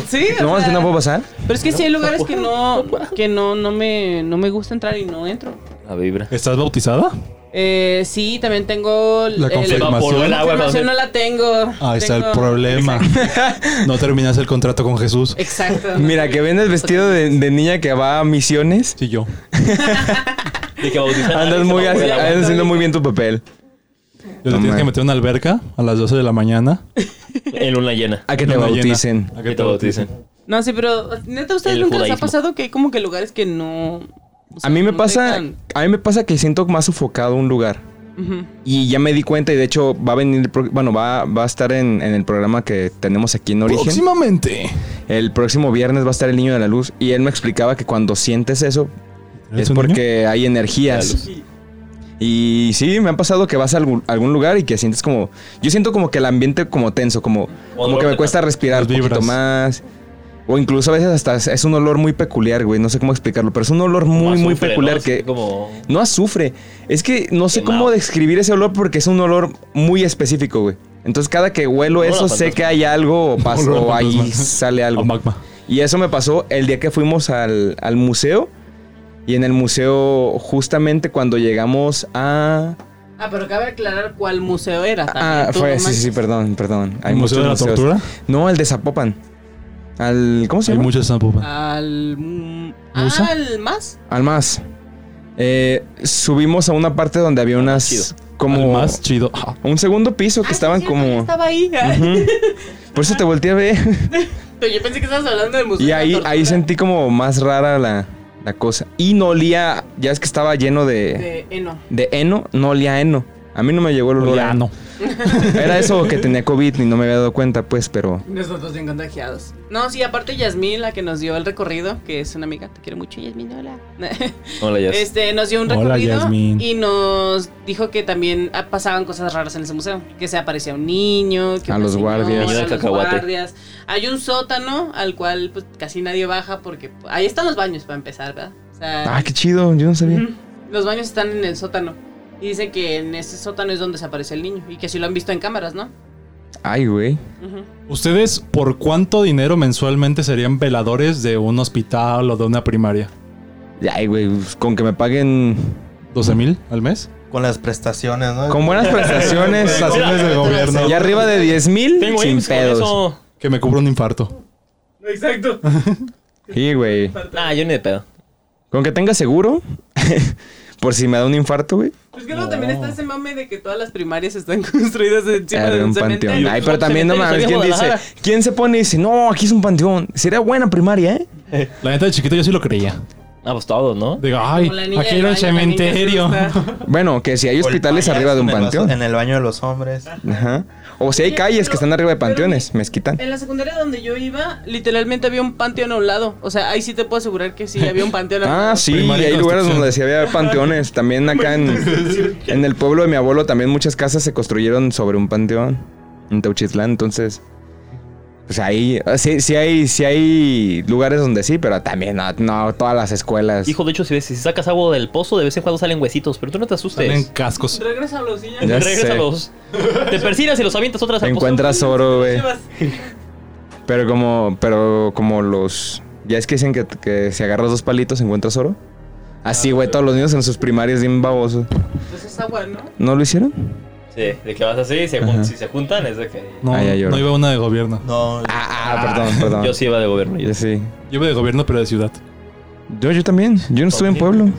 [SPEAKER 6] Sí, o
[SPEAKER 3] No,
[SPEAKER 6] sea,
[SPEAKER 3] es que no puedo pasar.
[SPEAKER 6] Pero es que sí hay lugares que no, que no, no me, no me gusta entrar y no entro.
[SPEAKER 5] La vibra.
[SPEAKER 4] ¿Estás bautizada?
[SPEAKER 6] Eh, sí, también tengo
[SPEAKER 4] La
[SPEAKER 6] el-
[SPEAKER 5] Se
[SPEAKER 4] confirmación.
[SPEAKER 5] evaporó el
[SPEAKER 3] Ah,
[SPEAKER 6] La
[SPEAKER 5] agua.
[SPEAKER 6] confirmación no
[SPEAKER 5] cuando-
[SPEAKER 6] la tengo.
[SPEAKER 4] Ahí está el
[SPEAKER 6] Tengo- [laughs]
[SPEAKER 4] problema. No terminas el contrato con Jesús.
[SPEAKER 6] Exacto.
[SPEAKER 3] [laughs] [laughs] Mira, que vienes vestido de, de niña que va a misiones.
[SPEAKER 4] Sí, yo.
[SPEAKER 5] de que bautizan a
[SPEAKER 3] Andas
[SPEAKER 5] alguien, se
[SPEAKER 3] muy,
[SPEAKER 5] evapora el agua.
[SPEAKER 3] andas haciendo muy bien tu papel.
[SPEAKER 4] Yo te tienes
[SPEAKER 3] man.
[SPEAKER 4] que meter en una alberca a las 12 de la mañana.
[SPEAKER 5] En luna llena.
[SPEAKER 3] A que te
[SPEAKER 4] Luna llena.
[SPEAKER 3] bauticen.
[SPEAKER 4] A
[SPEAKER 5] Que te bauticen.
[SPEAKER 6] No, sí, pero neta, ¿a ustedes
[SPEAKER 5] El
[SPEAKER 6] nunca les ha
[SPEAKER 5] judaísmo.
[SPEAKER 6] pasado que hay como que lugares que no. o sea,
[SPEAKER 3] A mí me
[SPEAKER 6] no
[SPEAKER 3] pasa,
[SPEAKER 6] dejan?
[SPEAKER 3] a mí me pasa que siento más sofocado un lugar.
[SPEAKER 6] Ujú.
[SPEAKER 3] Y ya me di cuenta y de hecho va a venir, el pro- bueno, va, va a estar en, en el programa que tenemos aquí en Origen.
[SPEAKER 4] Próximamente.
[SPEAKER 3] El próximo viernes va a estar el Niño de la Luz y él me explicaba que cuando sientes eso
[SPEAKER 4] ¿Eres
[SPEAKER 3] es
[SPEAKER 4] un
[SPEAKER 3] porque hay
[SPEAKER 5] La luz.
[SPEAKER 3] energías. Y sí, me han pasado que vas a algún, algún lugar y que sientes como, yo siento como que el ambiente como tenso, como, como
[SPEAKER 5] olor
[SPEAKER 3] que me
[SPEAKER 5] de
[SPEAKER 3] cuesta respirar un
[SPEAKER 4] Las
[SPEAKER 3] poquito
[SPEAKER 4] vibras.
[SPEAKER 3] más. O incluso a veces hasta es- es un olor muy peculiar, güey, no sé cómo explicarlo, pero es un olor
[SPEAKER 5] Como
[SPEAKER 3] muy, muy
[SPEAKER 5] azufre, ¿no?
[SPEAKER 3] peculiar
[SPEAKER 5] Así
[SPEAKER 3] que...
[SPEAKER 5] Como...
[SPEAKER 3] No azufre. Es que no sé
[SPEAKER 5] Quemado.
[SPEAKER 3] cómo describir ese olor porque es un olor muy específico, güey. Entonces cada que huelo
[SPEAKER 5] Olor a
[SPEAKER 3] eso sé
[SPEAKER 5] fantasma.
[SPEAKER 3] que hay
[SPEAKER 4] [laughs]
[SPEAKER 3] algo o
[SPEAKER 4] Olor a
[SPEAKER 3] pasó, ahí
[SPEAKER 4] fantasma.
[SPEAKER 3] sale
[SPEAKER 4] niño?
[SPEAKER 3] algo.
[SPEAKER 4] A magma.
[SPEAKER 3] Y eso me pasó el día que fuimos al, al museo. Y en el museo, justamente cuando llegamos a...
[SPEAKER 6] Ah, pero cabe aclarar cuál museo era.
[SPEAKER 3] Ah,
[SPEAKER 6] también, tú
[SPEAKER 3] fue,
[SPEAKER 6] no
[SPEAKER 3] sí,
[SPEAKER 6] manches.
[SPEAKER 3] sí, perdón, perdón. Hay
[SPEAKER 4] ¿El museo de la
[SPEAKER 3] muchos museos.
[SPEAKER 4] tortura?
[SPEAKER 3] No, el de Zapopan. Al, ¿Cómo se
[SPEAKER 4] Hay
[SPEAKER 3] llama?
[SPEAKER 4] muchos zampopan.
[SPEAKER 6] Ah, Al. mm,
[SPEAKER 4] ¿Musa?
[SPEAKER 6] ¿Al más?
[SPEAKER 3] Al más. Eh, subimos a una parte donde había unas...
[SPEAKER 5] chido.
[SPEAKER 3] Como...
[SPEAKER 4] Al más chido. Ah,
[SPEAKER 3] Un segundo piso que
[SPEAKER 6] Ah,
[SPEAKER 3] estaban
[SPEAKER 6] sí, cierto,
[SPEAKER 3] como...
[SPEAKER 6] yo Estaba ahí.
[SPEAKER 3] Ujú. Por eso te volteé a ver.
[SPEAKER 6] Pero yo pensé que estabas hablando del museo.
[SPEAKER 3] Y
[SPEAKER 6] de la
[SPEAKER 3] ahí,
[SPEAKER 6] tortura.
[SPEAKER 3] ahí sentí como más rara la, la cosa. Y no olía, ya es que estaba lleno de,
[SPEAKER 6] De Eno.
[SPEAKER 3] de heno, no olía a heno. A mí no me llegó el olor. a
[SPEAKER 4] ya
[SPEAKER 3] heno.
[SPEAKER 4] no.
[SPEAKER 3] Era eso que tenía COVID y no me había dado cuenta, pues, pero.
[SPEAKER 6] Nosotros bien contagiados. No, sí, aparte Yasmín, la que nos dio el recorrido, que es una amiga, te quiero mucho, Yasmín, hola.
[SPEAKER 5] Hola, ya. sé.
[SPEAKER 6] Este, nos dio un
[SPEAKER 4] Hola,
[SPEAKER 6] recorrido
[SPEAKER 4] Yasmín.
[SPEAKER 6] y nos dijo que también ah, pasaban cosas raras en ese museo. Que se aparecía un niño, que
[SPEAKER 3] A
[SPEAKER 6] una
[SPEAKER 3] los guardias.
[SPEAKER 5] Niño de
[SPEAKER 6] a los
[SPEAKER 5] cacahuate.
[SPEAKER 6] guardias. Hay un sótano al cual pues, casi nadie baja porque pues, ahí están los baños para empezar, ¿verdad? O sea,
[SPEAKER 3] Ah, qué chido, yo no sabía.
[SPEAKER 6] ujú, los baños están en el sótano. Y dice que en ese sótano es donde se aparece el niño y que así lo han visto en cámaras, ¿no?
[SPEAKER 3] Ay, güey.
[SPEAKER 6] Ujú.
[SPEAKER 4] ¿Ustedes por cuánto dinero mensualmente serían veladores de un hospital o de una primaria?
[SPEAKER 3] Ay, güey, pues, con que me paguen
[SPEAKER 4] ¿12 mil al mes?
[SPEAKER 7] Con las prestaciones, ¿no?
[SPEAKER 3] con buenas prestaciones.
[SPEAKER 6] Pues,
[SPEAKER 4] Prestaciones del gobierno.
[SPEAKER 3] Y arriba de 10 mil,
[SPEAKER 5] Tengo
[SPEAKER 3] sin
[SPEAKER 5] IMSS con
[SPEAKER 3] pedos.
[SPEAKER 5] eso.
[SPEAKER 4] Que me cubra un infarto.
[SPEAKER 3] Sí, güey.
[SPEAKER 5] Nah, yo ni de pedo.
[SPEAKER 3] Con que tenga seguro. [laughs] Por si me da un infarto, güey.
[SPEAKER 6] Pues que luego también
[SPEAKER 3] Oh.
[SPEAKER 6] está ese mame de que todas las primarias están [laughs] construidas encima
[SPEAKER 3] Claro,
[SPEAKER 6] de
[SPEAKER 3] un
[SPEAKER 6] un
[SPEAKER 3] panteón.
[SPEAKER 6] cementerio.
[SPEAKER 3] Ay, pero también no mames, ¿quién dice? ¿Quién se pone y dice, no, aquí es un panteón? Sería buena primaria, ¿eh?
[SPEAKER 4] La neta de chiquito yo sí lo creía.
[SPEAKER 5] Ah, pues todos, ¿no?
[SPEAKER 4] Digo, ay,
[SPEAKER 6] Como la niña
[SPEAKER 4] aquí
[SPEAKER 6] del
[SPEAKER 4] era un
[SPEAKER 6] baño, la niña
[SPEAKER 4] cementerio.
[SPEAKER 6] asusta.
[SPEAKER 3] Bueno, que si hay
[SPEAKER 7] O el
[SPEAKER 3] hospitales
[SPEAKER 7] payaso
[SPEAKER 3] arriba de un
[SPEAKER 7] en el vaso-
[SPEAKER 3] panteón.
[SPEAKER 7] En el baño de los hombres.
[SPEAKER 3] Ajá. O si hay
[SPEAKER 6] Oye,
[SPEAKER 3] calles
[SPEAKER 6] pero-
[SPEAKER 3] que están arriba de
[SPEAKER 6] pero
[SPEAKER 3] panteones,
[SPEAKER 6] mi-
[SPEAKER 3] mezquitan.
[SPEAKER 6] En la secundaria donde yo iba, literalmente había un panteón a un lado. O sea, ahí sí te puedo asegurar que sí había un panteón a un
[SPEAKER 3] [laughs]
[SPEAKER 6] lado.
[SPEAKER 3] Ah, sí,
[SPEAKER 4] Primaria y
[SPEAKER 3] hay lugares
[SPEAKER 4] construcción.
[SPEAKER 3] donde sí había
[SPEAKER 5] [laughs]
[SPEAKER 3] panteones. También acá en, en el pueblo de mi abuelo también muchas casas se construyeron sobre un panteón en Teuchitlán, entonces... Pues ahí, ah, sí, sí hay, sí hay lugares donde sí, pero también no, no todas las escuelas.
[SPEAKER 5] Hijo, de hecho, si, ves- si sacas agua del pozo, de vez en cuando salen huesitos, pero tú no te
[SPEAKER 4] [laughs]
[SPEAKER 5] asustes.
[SPEAKER 4] Salen cascos.
[SPEAKER 6] Regresa a los niños.
[SPEAKER 3] Ya sé.
[SPEAKER 5] Regrésalos. Te persinas y los avientas otra vez
[SPEAKER 3] Te
[SPEAKER 5] al pozo.
[SPEAKER 3] encuentras oro, güey.
[SPEAKER 6] [laughs] Llevas-
[SPEAKER 3] Pero como, pero como los. Ya es que dicen que, que si agarras dos palitos encuentras oro. Así, güey, todos los niños en sus primarias bien babosos.
[SPEAKER 6] Pues es agua, ¿no?
[SPEAKER 3] ¿No lo hicieron?
[SPEAKER 5] Sí, de que vas así, se jun-
[SPEAKER 3] Ajá.
[SPEAKER 5] si se juntan es de que...
[SPEAKER 4] No,
[SPEAKER 3] Ah, ya lloro.
[SPEAKER 4] no iba una de gobierno.
[SPEAKER 7] No,
[SPEAKER 3] Ah, ah, perdón, perdón.
[SPEAKER 5] Yo sí iba de gobierno. yo
[SPEAKER 3] Yo
[SPEAKER 5] sí.
[SPEAKER 3] sí.
[SPEAKER 4] Yo iba de gobierno, pero de ciudad.
[SPEAKER 3] Yo, yo también. Yo no estuve en pueblo.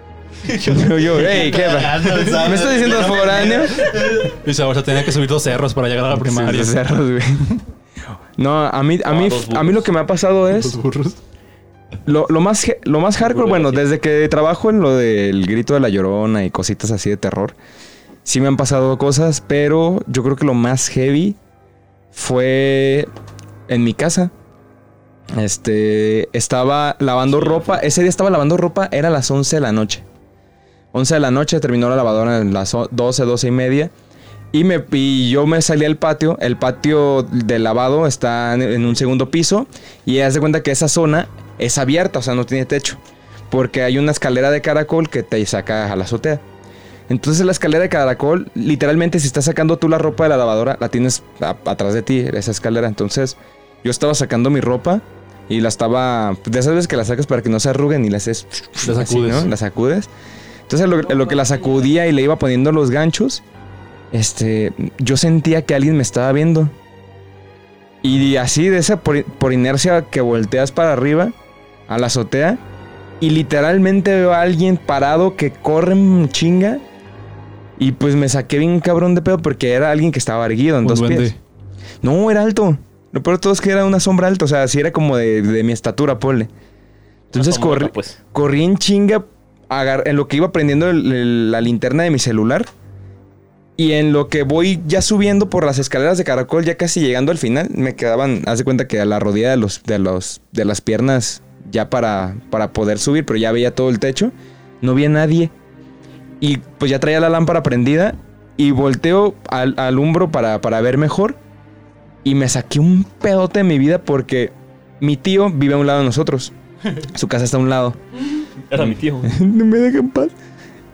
[SPEAKER 3] [laughs] yo, yo, hey, ¿qué va?
[SPEAKER 7] Ando, ¿sabes?
[SPEAKER 3] ¿Me estás [laughs] diciendo foráneo?
[SPEAKER 4] Y se o sea, tenía que subir dos cerros para llegar a la primaria.
[SPEAKER 3] Sí, cerros, güey. No, a mí, a mí,
[SPEAKER 5] Ah, dos
[SPEAKER 3] a mí lo que me ha pasado
[SPEAKER 4] Los
[SPEAKER 3] es
[SPEAKER 4] burros.
[SPEAKER 3] lo, lo más, ge- lo más hardcore.
[SPEAKER 5] Burro
[SPEAKER 3] Bueno,
[SPEAKER 5] de la
[SPEAKER 3] desde que trabajo en lo del grito de la llorona y cositas así de terror, sí me han pasado cosas, pero yo creo que lo más heavy fue en mi casa. Este, estaba lavando ropa. Ese día estaba lavando ropa, era las 11 de la noche. 11 de la noche, terminó la lavadora a las o- 12, 12 y media. Y, me, y yo me salí al patio. El patio de lavado está en- en un segundo piso. Y haz de cuenta que esa zona es abierta, o sea, no tiene techo. Porque hay una escalera de caracol que te saca a la azotea. Entonces la escalera de caracol, literalmente, si estás sacando tú la ropa de la lavadora, la tienes a- atrás de ti, esa escalera. Entonces yo estaba sacando mi ropa y la estaba... pues, De esas veces que la sacas para que no se arruguen y la haces...
[SPEAKER 4] La
[SPEAKER 3] así,
[SPEAKER 4] sacudes.
[SPEAKER 3] ¿no? La sacudes. Entonces lo, lo que la sacudía y le iba poniendo los ganchos, este, yo sentía que alguien me estaba viendo. Y así de esa por, por inercia que volteas para arriba a la azotea y literalmente veo a alguien parado que corre en chinga y pues me saqué bien cabrón de pedo porque era alguien que estaba erguido en
[SPEAKER 4] Un
[SPEAKER 3] dos
[SPEAKER 4] duende.
[SPEAKER 3] pies. No, era alto. Lo peor de todo es que era una sombra alta, o sea, sí era como de, de mi estatura, ponle. Entonces
[SPEAKER 5] Una tomada,
[SPEAKER 3] corrí,
[SPEAKER 5] Pues.
[SPEAKER 3] corrí en chinga agar- en lo que iba prendiendo el- el- la linterna de mi celular. Y en lo que voy ya subiendo por las escaleras de caracol, ya casi llegando al final, me quedaban, haz de cuenta que a la rodilla de los, de los, de las piernas, ya para, para poder subir, pero ya veía todo el techo. No vi a nadie. Y pues ya traía la lámpara prendida. Y volteo al, al hombro para, para ver mejor. Y me saqué un pedote de mi vida porque mi tío vive a un lado de nosotros. Su casa está a un lado.
[SPEAKER 5] Era
[SPEAKER 3] [laughs]
[SPEAKER 5] mi tío.
[SPEAKER 3] no me dejan en paz.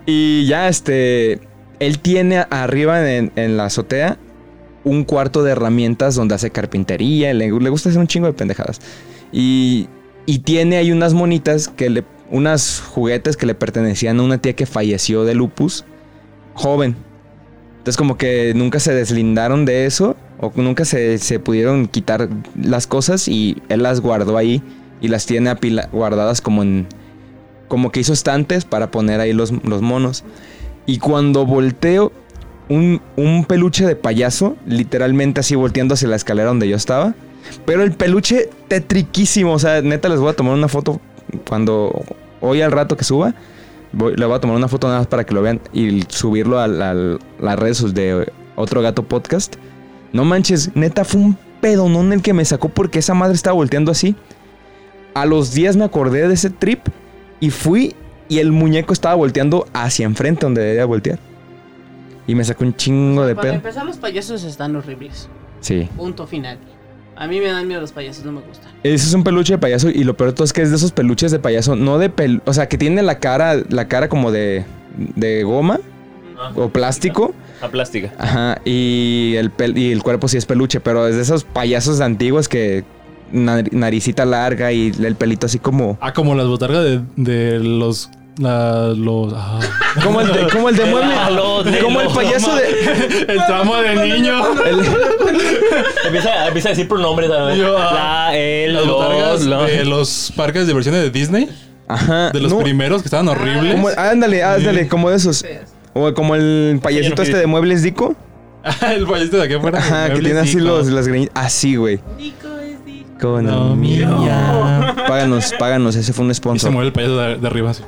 [SPEAKER 3] Y ya, este. Él tiene arriba en, en la azotea un cuarto de herramientas donde hace carpintería. Le, le gusta hacer un chingo de pendejadas. Y, y tiene ahí unas monitas que le. Unas juguetes que le pertenecían a una tía que falleció de lupus joven. Entonces, como que nunca se deslindaron de eso. O nunca se, se pudieron quitar las cosas. Y él las guardó ahí. Y las tiene apila- guardadas como en, como que hizo estantes para poner ahí los, los monos. Y cuando volteo, un, un peluche de payaso, literalmente así volteando hacia la escalera donde yo estaba. Pero el peluche tetriquísimo, o sea, neta les voy a tomar una foto cuando hoy al rato que suba. voy- le voy a tomar una foto nada más para que lo vean y subirlo a, la- a las redes de otro gato podcast. No manches, neta fue un pedonón el que me sacó porque esa madre estaba volteando así. A los días me acordé de ese trip y fui y el muñeco estaba volteando hacia enfrente donde debía voltear. Y me sacó un chingo de
[SPEAKER 6] Para
[SPEAKER 3] pedo.
[SPEAKER 6] empezar, los payasos están horribles.
[SPEAKER 3] Sí.
[SPEAKER 6] Punto final. A mí me dan miedo los payasos, no me gustan.
[SPEAKER 3] Ese es un peluche de payaso y lo peor de todo es que es de esos peluches de payaso, no de pel, o sea, que tiene la cara la cara como de de goma o plástico,
[SPEAKER 5] A plástica.
[SPEAKER 3] ajá, y el pel- y el cuerpo sí es peluche, pero es de esos payasos antiguos que nar- naricita larga y el pelito así como
[SPEAKER 4] Ah, como las botargas de, de los. la- los ah. [laughs]
[SPEAKER 3] como el de, como el de mueble,
[SPEAKER 5] Déjalo,
[SPEAKER 3] como el
[SPEAKER 5] déjalo.
[SPEAKER 3] payaso
[SPEAKER 5] [laughs]
[SPEAKER 3] de
[SPEAKER 4] El tramo de niño.
[SPEAKER 3] el-
[SPEAKER 5] Empieza, empieza a decir pronombres. ¿no?
[SPEAKER 4] Yo, ah,
[SPEAKER 5] la, el,
[SPEAKER 4] Las
[SPEAKER 5] los,
[SPEAKER 4] botargas
[SPEAKER 5] los.
[SPEAKER 4] de los parques de diversiones de Disney.
[SPEAKER 3] ajá,
[SPEAKER 4] De los
[SPEAKER 3] no, Ah,
[SPEAKER 4] primeros que estaban horribles.
[SPEAKER 3] como- ándale, ándale, como de esos. O como el payasito este de muebles dico,
[SPEAKER 4] [laughs] el payasito de aquí afuera.
[SPEAKER 3] ajá, que
[SPEAKER 4] Muebles,
[SPEAKER 3] tiene así
[SPEAKER 4] sí,
[SPEAKER 3] los
[SPEAKER 4] no.
[SPEAKER 3] las greñitas, así, güey.
[SPEAKER 6] Nico es Nico.
[SPEAKER 3] Con
[SPEAKER 4] No, mía.
[SPEAKER 3] Páganos, páganos, ese fue un
[SPEAKER 4] Y se
[SPEAKER 3] sponsor.
[SPEAKER 4] mueve el payaso de, de arriba así.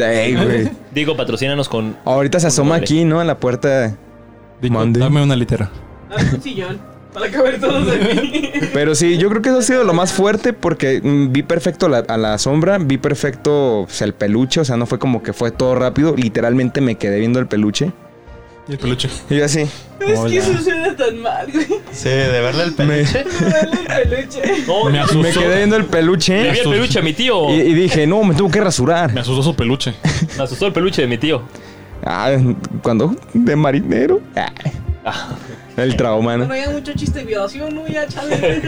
[SPEAKER 3] Ey, güey.
[SPEAKER 5] Digo, patrocínanos con.
[SPEAKER 3] Ahorita se asoma
[SPEAKER 5] Ándale.
[SPEAKER 3] aquí, ¿no? En la puerta.
[SPEAKER 4] Digo,
[SPEAKER 3] Mande.
[SPEAKER 4] dame una litera.
[SPEAKER 6] Dame un sillón. Ah, Para caber todos
[SPEAKER 3] [laughs]
[SPEAKER 6] aquí.
[SPEAKER 3] Pero sí, yo creo que eso ha sido lo más fuerte porque mm, vi perfecto la- a la sombra, vi perfecto pues, el peluche, o sea, no fue como que fue todo rápido, literalmente me quedé viendo el peluche.
[SPEAKER 4] Y el peluche.
[SPEAKER 3] Y yo así,
[SPEAKER 6] Es que eso suena tan mal, güey.
[SPEAKER 7] Sí, de verle el
[SPEAKER 3] me,
[SPEAKER 6] [laughs]
[SPEAKER 7] peluche.
[SPEAKER 6] Me duele el peluche.
[SPEAKER 5] No,
[SPEAKER 4] Me asustó.
[SPEAKER 3] me quedé viendo el
[SPEAKER 5] Me
[SPEAKER 3] peluche
[SPEAKER 5] vi el
[SPEAKER 4] asustó.
[SPEAKER 5] peluche de mi tío.
[SPEAKER 3] y, y dije, no, me tengo que
[SPEAKER 4] Me
[SPEAKER 3] rasurar.
[SPEAKER 4] asustó su peluche.
[SPEAKER 5] Me asustó el peluche de mi tío.
[SPEAKER 3] Ah, cuando de marinero. Ah, el trauma, ¿no?
[SPEAKER 6] No hay mucho chiste de violación, no, ya, chale.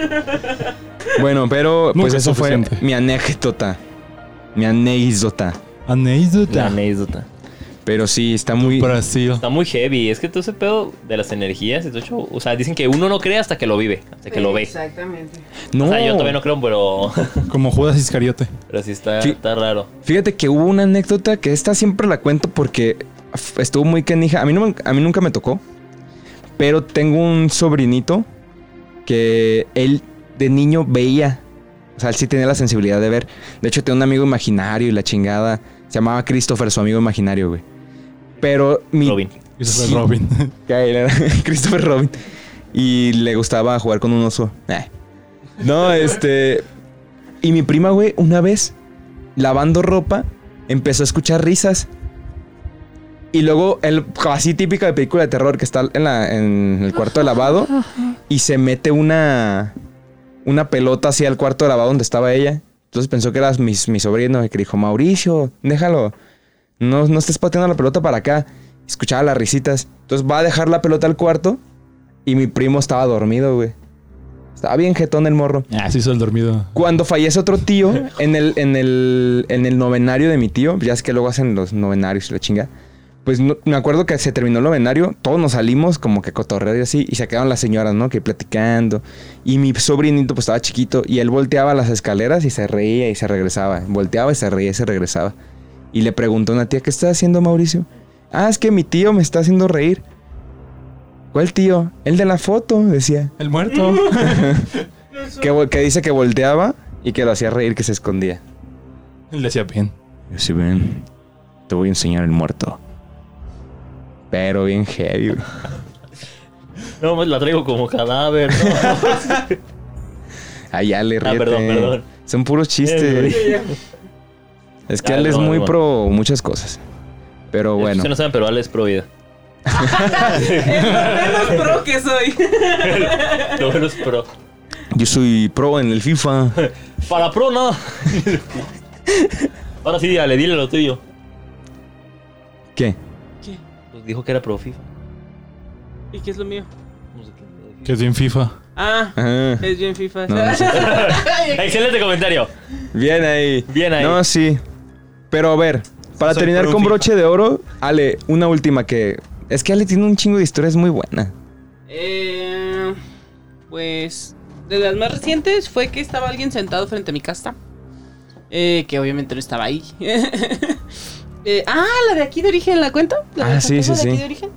[SPEAKER 3] Bueno, pero pues
[SPEAKER 4] Nunca es
[SPEAKER 3] eso fue
[SPEAKER 4] suficiente.
[SPEAKER 3] mi anécdota. Mi anécdota.
[SPEAKER 4] [laughs] Anécdota.
[SPEAKER 5] anécdota.
[SPEAKER 3] Pero sí, está muy...
[SPEAKER 4] Brasil.
[SPEAKER 5] Está muy heavy. Es que todo ese pedo de las energías y todo eso, O sea, dicen que uno no cree hasta que lo vive, hasta que lo ve.
[SPEAKER 6] Exactamente.
[SPEAKER 3] No,
[SPEAKER 5] O sea, yo todavía no creo, pero, [laughs]
[SPEAKER 4] Como Judas Iscariote.
[SPEAKER 5] pero sí está,
[SPEAKER 3] Sí.
[SPEAKER 5] está raro.
[SPEAKER 3] Fíjate que hubo una anécdota que esta siempre la cuento porque f- estuvo muy canija. A mí, no me- a mí nunca me tocó. Pero tengo un sobrinito que él de niño veía. O sea, él sí tenía la sensibilidad de ver. De hecho, tenía un amigo imaginario y la chingada. Se llamaba Christopher, su amigo imaginario, güey. Pero mi,
[SPEAKER 5] Robin.
[SPEAKER 4] Y eso es
[SPEAKER 3] Sí.
[SPEAKER 4] el Robin.
[SPEAKER 3] que a él era [laughs] Christopher Robin. Y le gustaba jugar con un oso. Eh. No, este. Y mi prima, güey, una vez, lavando ropa, empezó a escuchar risas. Y luego, el, así típica de película de terror, que está en, la- en el cuarto de lavado. Y se mete una. Una pelota así al cuarto de lavado donde estaba ella. Entonces pensó que era mi, mi sobrino, y que dijo: Mauricio, déjalo. No, no estés pateando la pelota para acá escuchaba las risitas. Entonces va a dejar la pelota al cuarto y mi primo estaba dormido, güey. Estaba bien jetón el morro.
[SPEAKER 4] [laughs] Ah, se hizo el dormido.
[SPEAKER 3] Cuando fallece otro tío en el, en el, en el novenario de mi tío, ya es que luego hacen los novenarios y la chinga. Pues no- me acuerdo que se terminó el novenario, todos nos salimos como que a cotorrear y así, y se quedaron las señoras, ¿no? Que platicando. Y mi sobrinito pues estaba chiquito y él volteaba las escaleras y se reía y se regresaba. Volteaba y se reía y se regresaba. Y le preguntó a una tía, ¿qué está haciendo Mauricio? Ah, es que mi tío me está haciendo reír. ¿Cuál tío? El de la foto, decía.
[SPEAKER 4] El [laughs] muerto.
[SPEAKER 3] Que, vo- que dice que volteaba y que lo hacía reír, que se escondía.
[SPEAKER 4] Le decía bien.
[SPEAKER 3] Si ven, te voy a enseñar el muerto. Pero bien heavy. güey.
[SPEAKER 5] No, pues la traigo como cadáver. ¿no?
[SPEAKER 3] Allá le ríete.
[SPEAKER 5] Ah, perdón, perdón.
[SPEAKER 3] Son puros chistes. es que
[SPEAKER 5] Ah,
[SPEAKER 3] él es
[SPEAKER 5] no,
[SPEAKER 3] muy
[SPEAKER 5] no.
[SPEAKER 3] pro muchas cosas. Pero bueno.
[SPEAKER 5] Si no saben, pero Ale es pro vida.
[SPEAKER 6] [laughs] Es lo menos pro que soy.
[SPEAKER 5] Lo bueno es pro.
[SPEAKER 3] Yo soy pro en el FIFA.
[SPEAKER 5] Para pro, nada. Ahora sí, Ale, dile lo tuyo.
[SPEAKER 3] ¿Qué?
[SPEAKER 5] Pues dijo que era pro FIFA.
[SPEAKER 6] ¿Y qué es lo mío?
[SPEAKER 5] No sé qué.
[SPEAKER 4] Que es bien FIFA.
[SPEAKER 6] Ah,
[SPEAKER 3] Ajá.
[SPEAKER 6] es bien FIFA.
[SPEAKER 3] No, no sé.
[SPEAKER 5] Excelente comentario.
[SPEAKER 3] Bien ahí.
[SPEAKER 5] Bien ahí.
[SPEAKER 3] No, sí. Pero a ver, para
[SPEAKER 7] Soy
[SPEAKER 3] terminar
[SPEAKER 7] pro
[SPEAKER 3] con
[SPEAKER 7] FIFA.
[SPEAKER 3] broche de oro, Ale, una última que. Es que Ale tiene un chingo de historias muy buenas.
[SPEAKER 6] [laughs] Eh, pues de las más recientes fue que estaba alguien sentado frente a mi casa. eh, que obviamente no estaba ahí. [laughs] Eh, ah, la de aquí de origen, ¿la cuento? ¿La del
[SPEAKER 3] Ah, sí,
[SPEAKER 6] fantasma
[SPEAKER 3] sí,
[SPEAKER 6] de aquí
[SPEAKER 3] sí.
[SPEAKER 6] de origen?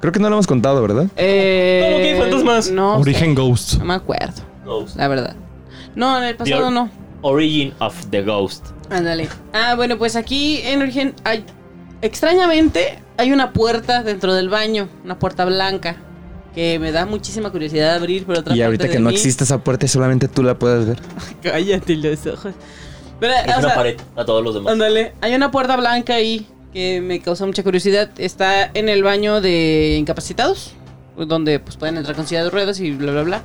[SPEAKER 3] Creo que no lo hemos contado, ¿verdad?
[SPEAKER 6] Eh,
[SPEAKER 5] ¿Cómo que hay fantasmas?
[SPEAKER 6] No,
[SPEAKER 4] Origen
[SPEAKER 6] sé,
[SPEAKER 4] Ghost.
[SPEAKER 6] no me acuerdo,
[SPEAKER 5] Ghost.
[SPEAKER 6] la verdad. No, en el
[SPEAKER 5] Dior-
[SPEAKER 6] pasado no.
[SPEAKER 5] Origin of the Ghost.
[SPEAKER 6] Ándale. Ah, bueno, pues aquí en origen hay. Extrañamente hay una puerta dentro del baño, una puerta blanca, que me da muchísima curiosidad abrir, pero otra
[SPEAKER 3] Y
[SPEAKER 6] parte
[SPEAKER 3] ahorita
[SPEAKER 6] de
[SPEAKER 3] que no
[SPEAKER 6] mí-
[SPEAKER 3] existe esa puerta, solamente tú la puedes ver.
[SPEAKER 6] [laughs] Cállate los ojos. Pero,
[SPEAKER 5] Es
[SPEAKER 6] o
[SPEAKER 5] una
[SPEAKER 6] sea,
[SPEAKER 5] pared a todos los demás.
[SPEAKER 6] ándale, hay una puerta blanca ahí que me causa mucha curiosidad. Está en el baño de incapacitados, donde pues pueden entrar con silla de ruedas y bla bla bla.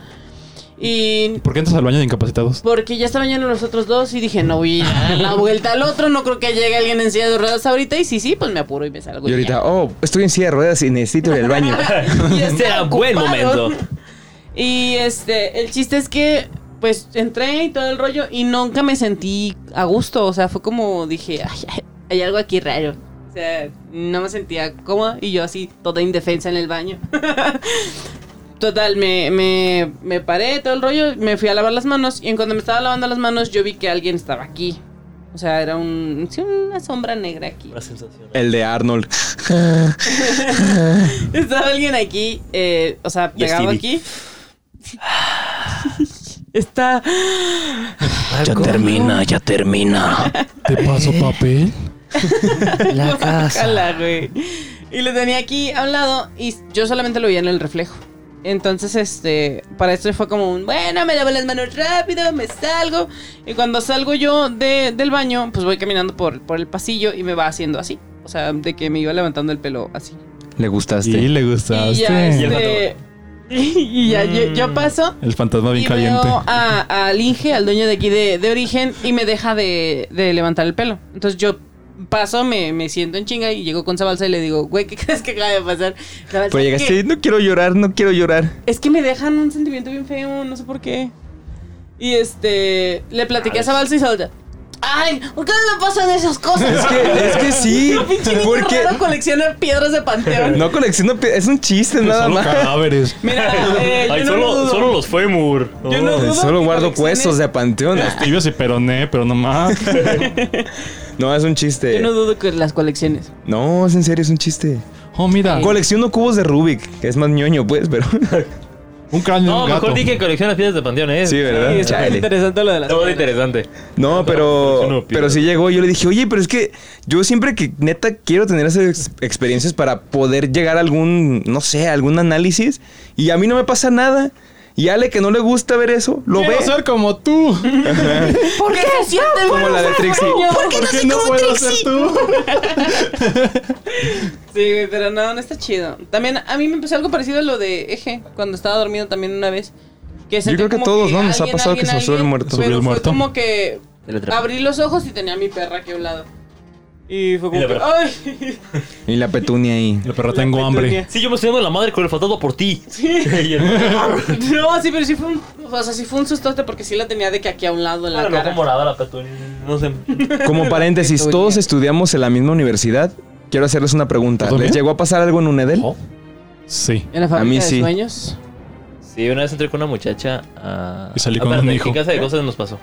[SPEAKER 6] Y
[SPEAKER 4] ¿Por qué entras al baño de incapacitados?
[SPEAKER 6] porque ya estaban llenos los otros dos y dije, no voy a ir a dar la vuelta al otro, no creo que llegue alguien en silla de ruedas ahorita. Y sí, sí, pues me apuro y me salgo.
[SPEAKER 3] Y ahorita, oh, estoy en silla de ruedas y necesito ir al
[SPEAKER 6] [laughs]
[SPEAKER 3] baño.
[SPEAKER 5] Este era buen momento.
[SPEAKER 6] Y este, el chiste es que pues entré y todo el rollo y nunca me sentí a gusto, o sea, fue como dije, "Ay, hay algo aquí raro. O sea, no me sentía cómoda y yo así toda indefensa en el baño. [laughs] Total, me, me, me paré todo el rollo, me fui a lavar las manos y en cuando me estaba lavando las manos yo vi que alguien estaba aquí. O sea, era un, sí, una sombra negra aquí.
[SPEAKER 5] Una sensación.
[SPEAKER 3] El de Arnold.
[SPEAKER 6] Estaba alguien aquí, eh, o sea,
[SPEAKER 5] Y
[SPEAKER 6] pegado
[SPEAKER 5] Stevie.
[SPEAKER 6] aquí. Está.
[SPEAKER 10] Ya termina, ya termina.
[SPEAKER 4] [laughs] ¿Te paso papel?
[SPEAKER 6] [laughs]
[SPEAKER 10] La casa.
[SPEAKER 6] Ojalá, güey. Y lo tenía aquí a un lado y yo solamente lo veía en el reflejo. Entonces, este, para esto fue como un, bueno, me lavo las manos rápido, me salgo. Y cuando salgo yo de- del baño, pues voy caminando por, por el pasillo y me va haciendo así. O sea, de que me iba levantando el pelo así.
[SPEAKER 3] Le gustaste.
[SPEAKER 4] Sí, le
[SPEAKER 6] Y ya,
[SPEAKER 4] gustaste.
[SPEAKER 6] este, [laughs] y ya yo, yo paso
[SPEAKER 4] El fantasma bien
[SPEAKER 6] y
[SPEAKER 4] caliente. [laughs]
[SPEAKER 6] veo a, al Inge, al dueño de aquí de, de origen, y me deja de, de levantar el pelo. Entonces yo paso, me, me siento en chinga y llego con Zabalza y le digo, güey, ¿qué [laughs] crees que acaba de pasar? Zabalza,
[SPEAKER 3] Pero llegaste,
[SPEAKER 6] "¿Qué?
[SPEAKER 3] no quiero llorar, no quiero llorar.
[SPEAKER 6] Es que me dejan un sentimiento bien feo, no sé por qué. Y este, le platiqué a Zabalza y Zabalza. Ay, ¿por qué no le pasan esas cosas?
[SPEAKER 3] Es que, es que
[SPEAKER 6] [laughs]
[SPEAKER 3] sí.
[SPEAKER 6] Pinche niño
[SPEAKER 3] Porque
[SPEAKER 6] raro colecciona piedras de panteón.
[SPEAKER 3] no colecciono. pi- Es un
[SPEAKER 6] Pues
[SPEAKER 3] chiste, nada
[SPEAKER 4] Solo
[SPEAKER 3] más.
[SPEAKER 4] cadáveres.
[SPEAKER 6] Mira,
[SPEAKER 3] [laughs]
[SPEAKER 6] eh, yo
[SPEAKER 5] Ay,
[SPEAKER 6] no lo
[SPEAKER 5] solo,
[SPEAKER 6] dudo.
[SPEAKER 5] solo los fémur.
[SPEAKER 6] Yo no dudo
[SPEAKER 3] Solo
[SPEAKER 6] que
[SPEAKER 3] guardo
[SPEAKER 6] coleccione-
[SPEAKER 3] huesos de panteón.
[SPEAKER 4] Tibios y peroné, pero nomás.
[SPEAKER 3] No, es un
[SPEAKER 6] Yo
[SPEAKER 3] chiste.
[SPEAKER 6] no dudo que las colecciones.
[SPEAKER 3] No, es en serio, es un chiste.
[SPEAKER 4] [laughs] Oh, mira.
[SPEAKER 3] Colecciono cubos de Rubik, que es más ñoño, pues, pero. [laughs]
[SPEAKER 4] Un cráneo. de
[SPEAKER 5] No,
[SPEAKER 4] un gato.
[SPEAKER 5] mejor di que colecciona piedras de panteón, ¿eh?
[SPEAKER 3] Sí, ¿verdad?
[SPEAKER 6] Sí, está
[SPEAKER 3] Chale.
[SPEAKER 6] interesante lo de las.
[SPEAKER 5] Todo interesante.
[SPEAKER 3] No, pero, pero sí llegó. y Yo le dije, oye, pero es que yo siempre que neta quiero tener esas ex- experiencias para poder llegar a algún, no sé, algún análisis. Y a mí no me pasa nada. Y Ale, que no le gusta ver eso, lo
[SPEAKER 4] Quiero
[SPEAKER 3] ve.
[SPEAKER 4] ser como
[SPEAKER 6] [laughs]
[SPEAKER 4] tú.
[SPEAKER 6] ¿Por qué? Siente
[SPEAKER 3] Como la de Trixie.
[SPEAKER 6] ¿Por qué?
[SPEAKER 4] ¿Por qué no puedo ser tú?
[SPEAKER 6] Sí, güey, pero no, no está chido. También a mí me empezó algo parecido a lo de Eje, cuando estaba dormido también una vez. Que sentí
[SPEAKER 3] creo que
[SPEAKER 6] como
[SPEAKER 3] todos, ¿no? Nos ha
[SPEAKER 6] alguien,
[SPEAKER 3] pasado que
[SPEAKER 6] alguien,
[SPEAKER 3] se sube el
[SPEAKER 6] alguien,
[SPEAKER 3] muerto.
[SPEAKER 6] pero
[SPEAKER 4] Subió el
[SPEAKER 6] fue
[SPEAKER 4] muerto.
[SPEAKER 6] como que
[SPEAKER 5] Te lo trapo.
[SPEAKER 6] abrí los ojos y tenía a mi perra aquí a un lado. Y fue como
[SPEAKER 5] la
[SPEAKER 6] que,
[SPEAKER 5] perra.
[SPEAKER 6] ¡ay!
[SPEAKER 3] Y la petunia ahí.
[SPEAKER 4] La perra tengo hambre.
[SPEAKER 5] Sí, yo me estoy dando la madre con el fantasma por ti. [laughs] Y el-
[SPEAKER 6] No, sí, pero sí fue un, o sea, sí fue un sustote porque sí la tenía de que aquí a un lado en la
[SPEAKER 5] Ah, no,
[SPEAKER 6] cara.
[SPEAKER 5] como morada la petunia. No sé.
[SPEAKER 3] [laughs] Como paréntesis,
[SPEAKER 6] Petunia.
[SPEAKER 3] todos estudiamos en la misma universidad. Quiero hacerles una pregunta.
[SPEAKER 4] ¿Todo
[SPEAKER 3] ¿Les
[SPEAKER 4] bien?
[SPEAKER 3] llegó a pasar algo en un Edel?
[SPEAKER 5] Oh.
[SPEAKER 4] Sí.
[SPEAKER 6] En la fábrica
[SPEAKER 3] mí
[SPEAKER 6] de
[SPEAKER 3] sí.
[SPEAKER 6] sueños.
[SPEAKER 5] Sí, una vez entré con una muchacha a.
[SPEAKER 4] Y salí
[SPEAKER 5] Ah,
[SPEAKER 4] con un
[SPEAKER 5] espérate,
[SPEAKER 4] hijo.
[SPEAKER 5] ¿Qué casa de cosas nos pasó?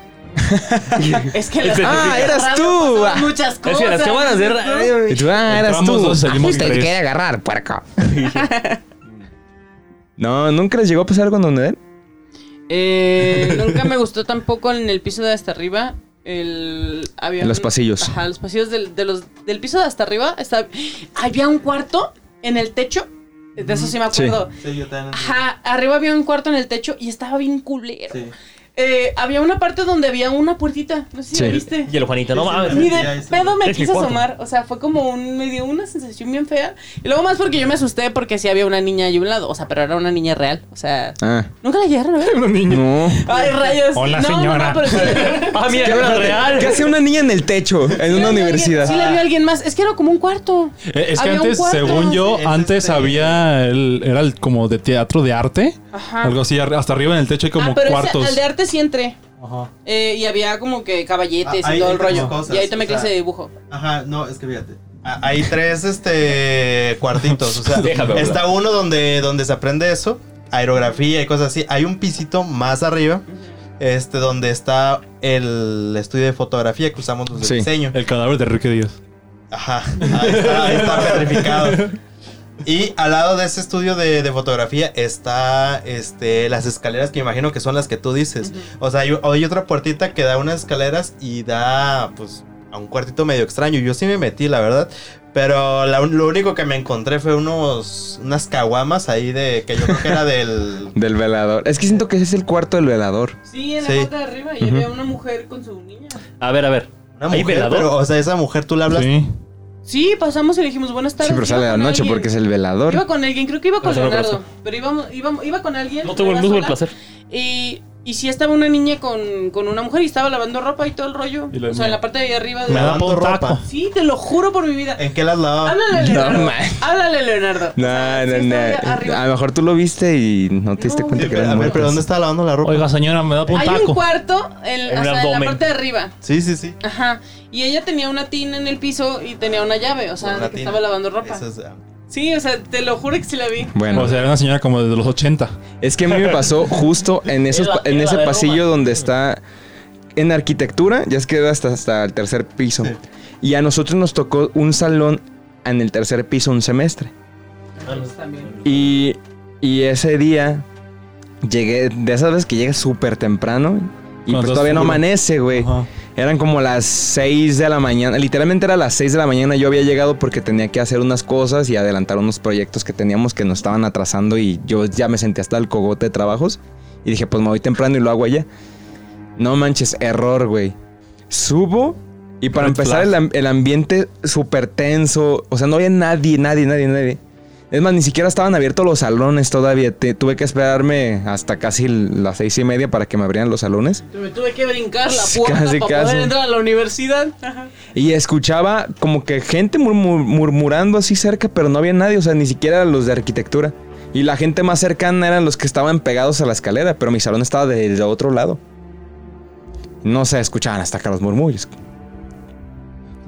[SPEAKER 6] Es que las
[SPEAKER 3] Ah, eras
[SPEAKER 6] radio
[SPEAKER 3] tú.
[SPEAKER 6] pasaban
[SPEAKER 3] Ah.
[SPEAKER 6] Muchas
[SPEAKER 5] Es
[SPEAKER 6] cosas.
[SPEAKER 5] que las cámaras de radio.
[SPEAKER 3] Y tú, ah, eras
[SPEAKER 4] Entramos
[SPEAKER 3] tú.
[SPEAKER 4] dos, salimos
[SPEAKER 3] Te
[SPEAKER 4] tres.
[SPEAKER 3] quiere agarrar,
[SPEAKER 4] [laughs]
[SPEAKER 3] puerco. no, ¿nunca les llegó a pasar algo en un Edel? [laughs]
[SPEAKER 6] Eh, nunca me gustó tampoco en el piso de hasta arriba. El, había
[SPEAKER 3] En los
[SPEAKER 6] un-
[SPEAKER 3] pasillos.
[SPEAKER 6] Ajá, los pasillos del, de los, del piso de hasta arriba. está- había un cuarto en el techo. De eso sí me
[SPEAKER 3] Sí.
[SPEAKER 6] acuerdo.
[SPEAKER 7] Sí, yo también.
[SPEAKER 6] Ajá, arriba había un cuarto en el techo y estaba bien culero.
[SPEAKER 7] Sí.
[SPEAKER 6] Eh, había una parte donde había una puertita. No sé si
[SPEAKER 3] Sí.
[SPEAKER 6] la viste.
[SPEAKER 5] Y el Juanito, no
[SPEAKER 7] Sí, sí,
[SPEAKER 5] mames.
[SPEAKER 7] sí.
[SPEAKER 6] Ni
[SPEAKER 7] Ya,
[SPEAKER 6] de
[SPEAKER 7] ya
[SPEAKER 6] pedo me
[SPEAKER 5] Es mi
[SPEAKER 6] quise
[SPEAKER 5] cuarto.
[SPEAKER 6] asomar. O sea, fue como un. Me dio una sensación bien fea. Y luego más porque yo me asusté porque sí había una niña ahí a un lado. O sea, pero era una niña real. O sea.
[SPEAKER 3] Ah,
[SPEAKER 6] Nunca la llegaron a ver.
[SPEAKER 3] [laughs]
[SPEAKER 4] Una niña.
[SPEAKER 3] no.
[SPEAKER 6] Ay, rayos.
[SPEAKER 4] Hola,
[SPEAKER 6] no,
[SPEAKER 4] señora.
[SPEAKER 6] No, no, pero sí la vio alguien.
[SPEAKER 5] Ah, mira, era real.
[SPEAKER 3] ¿Qué hace una niña en el techo en una universidad?
[SPEAKER 6] Sí la vio alguien más. Es que era como un cuarto.
[SPEAKER 4] Eh, Es que
[SPEAKER 6] Había un
[SPEAKER 4] antes,
[SPEAKER 6] cuarto.
[SPEAKER 4] según yo,
[SPEAKER 7] Sí, es
[SPEAKER 4] antes
[SPEAKER 7] este-
[SPEAKER 4] había. el- era el- como de teatro de arte.
[SPEAKER 6] Ajá.
[SPEAKER 4] Algo así, ar- hasta arriba en el techo hay como
[SPEAKER 6] ah, pero
[SPEAKER 4] cuartos.
[SPEAKER 6] Ese, al de arte sí entré.
[SPEAKER 7] Ajá.
[SPEAKER 6] Eh, y había como que caballetes
[SPEAKER 7] Ah,
[SPEAKER 6] y
[SPEAKER 7] ahí
[SPEAKER 6] todo el
[SPEAKER 7] entran
[SPEAKER 6] rollo.
[SPEAKER 7] cosas,
[SPEAKER 6] y ahí tomé
[SPEAKER 7] o sea.
[SPEAKER 6] clase de dibujo.
[SPEAKER 7] Ajá, no, es que fíjate. Ah, Hay tres este cuartitos, o sea,
[SPEAKER 5] [laughs] Déjame hablar.
[SPEAKER 7] está uno donde, donde se aprende eso, aerografía y cosas así. Hay un pisito más arriba, este, donde está el estudio de fotografía que usamos los de
[SPEAKER 3] Sí.
[SPEAKER 7] diseño.
[SPEAKER 4] El cadáver de Enrique Díaz.
[SPEAKER 7] Ajá, ahí está, ahí está petrificado. Y al lado de ese estudio de, de fotografía está este, las escaleras que imagino que son las que tú dices. O sea, hay, hay otra puertita que da unas escaleras y da pues a un cuartito medio extraño. Yo sí me metí, la verdad. Pero la un- lo único que me encontré fue unos unas caguamas ahí de que yo creo que
[SPEAKER 3] [laughs]
[SPEAKER 7] era del...
[SPEAKER 3] Del velador. Es que siento que ese es el cuarto del velador.
[SPEAKER 6] Sí, en
[SPEAKER 7] la Sí.
[SPEAKER 6] la parte
[SPEAKER 7] parte
[SPEAKER 6] de arriba. Y
[SPEAKER 3] Ujú. había
[SPEAKER 6] había una mujer con su niña.
[SPEAKER 5] A ver, a ver.
[SPEAKER 7] Una
[SPEAKER 5] ¿Hay
[SPEAKER 7] mujer,
[SPEAKER 5] velador?
[SPEAKER 7] pero o sea, esa mujer tú le hablas...
[SPEAKER 4] Sí.
[SPEAKER 6] Sí, pasamos y le dijimos buenas tardes.
[SPEAKER 3] Sí, pero sale
[SPEAKER 6] Iba
[SPEAKER 3] a la
[SPEAKER 6] con
[SPEAKER 3] noche
[SPEAKER 6] alguien.
[SPEAKER 3] porque es el velador.
[SPEAKER 6] Iba con alguien, creo que iba
[SPEAKER 5] Pero
[SPEAKER 6] con
[SPEAKER 5] se lo
[SPEAKER 6] Leonardo. Pero íbamos, íbamos- iba con alguien.
[SPEAKER 5] No tengo el
[SPEAKER 6] iba
[SPEAKER 5] gusto el
[SPEAKER 6] sola,
[SPEAKER 5] placer.
[SPEAKER 6] Y, y sí estaba una niña con, con una mujer y estaba lavando ropa y todo el rollo.
[SPEAKER 4] Y la
[SPEAKER 6] o
[SPEAKER 4] niña.
[SPEAKER 6] sea, en la parte de ahí arriba. de-
[SPEAKER 7] Me da por taco.
[SPEAKER 6] Sí, te lo juro por mi vida.
[SPEAKER 7] ¿En qué las lavaba?
[SPEAKER 6] Háblale, Leonardo.
[SPEAKER 3] No, man.
[SPEAKER 6] Háblale, Leonardo. O
[SPEAKER 3] No,
[SPEAKER 6] sea, sí
[SPEAKER 3] no, no.
[SPEAKER 6] estaba arriba.
[SPEAKER 3] A lo mejor tú lo viste y no te diste
[SPEAKER 6] No,
[SPEAKER 3] cuenta
[SPEAKER 7] Sí,
[SPEAKER 3] que
[SPEAKER 7] pero-
[SPEAKER 3] eran
[SPEAKER 7] a ver, pero
[SPEAKER 3] muertos.
[SPEAKER 7] ¿dónde está lavando la ropa?
[SPEAKER 4] Oiga, señora, me da por un
[SPEAKER 6] Hay un
[SPEAKER 4] taco.
[SPEAKER 6] cuarto en,
[SPEAKER 5] En
[SPEAKER 6] o sea, en la
[SPEAKER 5] abdomen.
[SPEAKER 6] parte de arriba.
[SPEAKER 7] Sí, sí, sí.
[SPEAKER 6] Ajá. Y ella tenía una tina en el piso y tenía una llave. O sea,
[SPEAKER 7] Una
[SPEAKER 6] de que
[SPEAKER 7] tina.
[SPEAKER 6] estaba lavando ropa.
[SPEAKER 7] Eso es, ah,
[SPEAKER 6] Sí, o sea, te lo juro que sí la vi.
[SPEAKER 3] Bueno,
[SPEAKER 4] O sea, era una señora como de los 80.
[SPEAKER 3] es que a mí me
[SPEAKER 7] [laughs]
[SPEAKER 3] pasó justo en, esos,
[SPEAKER 5] Es la-
[SPEAKER 3] pa- en
[SPEAKER 5] es la
[SPEAKER 3] ese
[SPEAKER 5] de
[SPEAKER 3] pasillo
[SPEAKER 5] Roma.
[SPEAKER 3] donde está. En arquitectura, ya es que hasta, hasta el tercer piso.
[SPEAKER 7] Sí.
[SPEAKER 3] Y a nosotros nos tocó un salón en el tercer piso un semestre.
[SPEAKER 5] Ah, no.
[SPEAKER 6] También.
[SPEAKER 3] Y, y ese día llegué, de esas veces que llegas súper temprano y
[SPEAKER 4] Cuando
[SPEAKER 3] pues
[SPEAKER 4] estás
[SPEAKER 3] todavía no
[SPEAKER 4] oscuro.
[SPEAKER 3] amanece, güey.
[SPEAKER 4] Ajá.
[SPEAKER 3] Eran como las 6 de la mañana, literalmente era las 6 de la mañana yo había llegado porque tenía que hacer unas cosas y adelantar unos proyectos que teníamos que nos estaban atrasando y yo ya me sentí hasta el cogote de trabajos y dije, pues me voy temprano y lo hago allá. No manches, error, güey. Subo y para
[SPEAKER 4] Red
[SPEAKER 3] empezar
[SPEAKER 4] flag.
[SPEAKER 3] el, am- el ambiente súper tenso, o sea, no había nadie, nadie, nadie, nadie. Es más, ni siquiera estaban abiertos los salones todavía. Te- tuve que esperarme hasta casi las seis y media para que me abrieran los salones.
[SPEAKER 6] Me tuve que brincar la
[SPEAKER 3] Sí,
[SPEAKER 6] puerta
[SPEAKER 3] casi,
[SPEAKER 6] para
[SPEAKER 3] casi.
[SPEAKER 6] poder entrar a la universidad. Ajá.
[SPEAKER 3] Y escuchaba como que gente murmu- murmurando así cerca, pero no había nadie, o sea, ni siquiera los de arquitectura. Y la gente más cercana eran los que estaban pegados a la escalera, pero mi salón estaba del otro lado. No se escuchaban hasta acá los murmullos.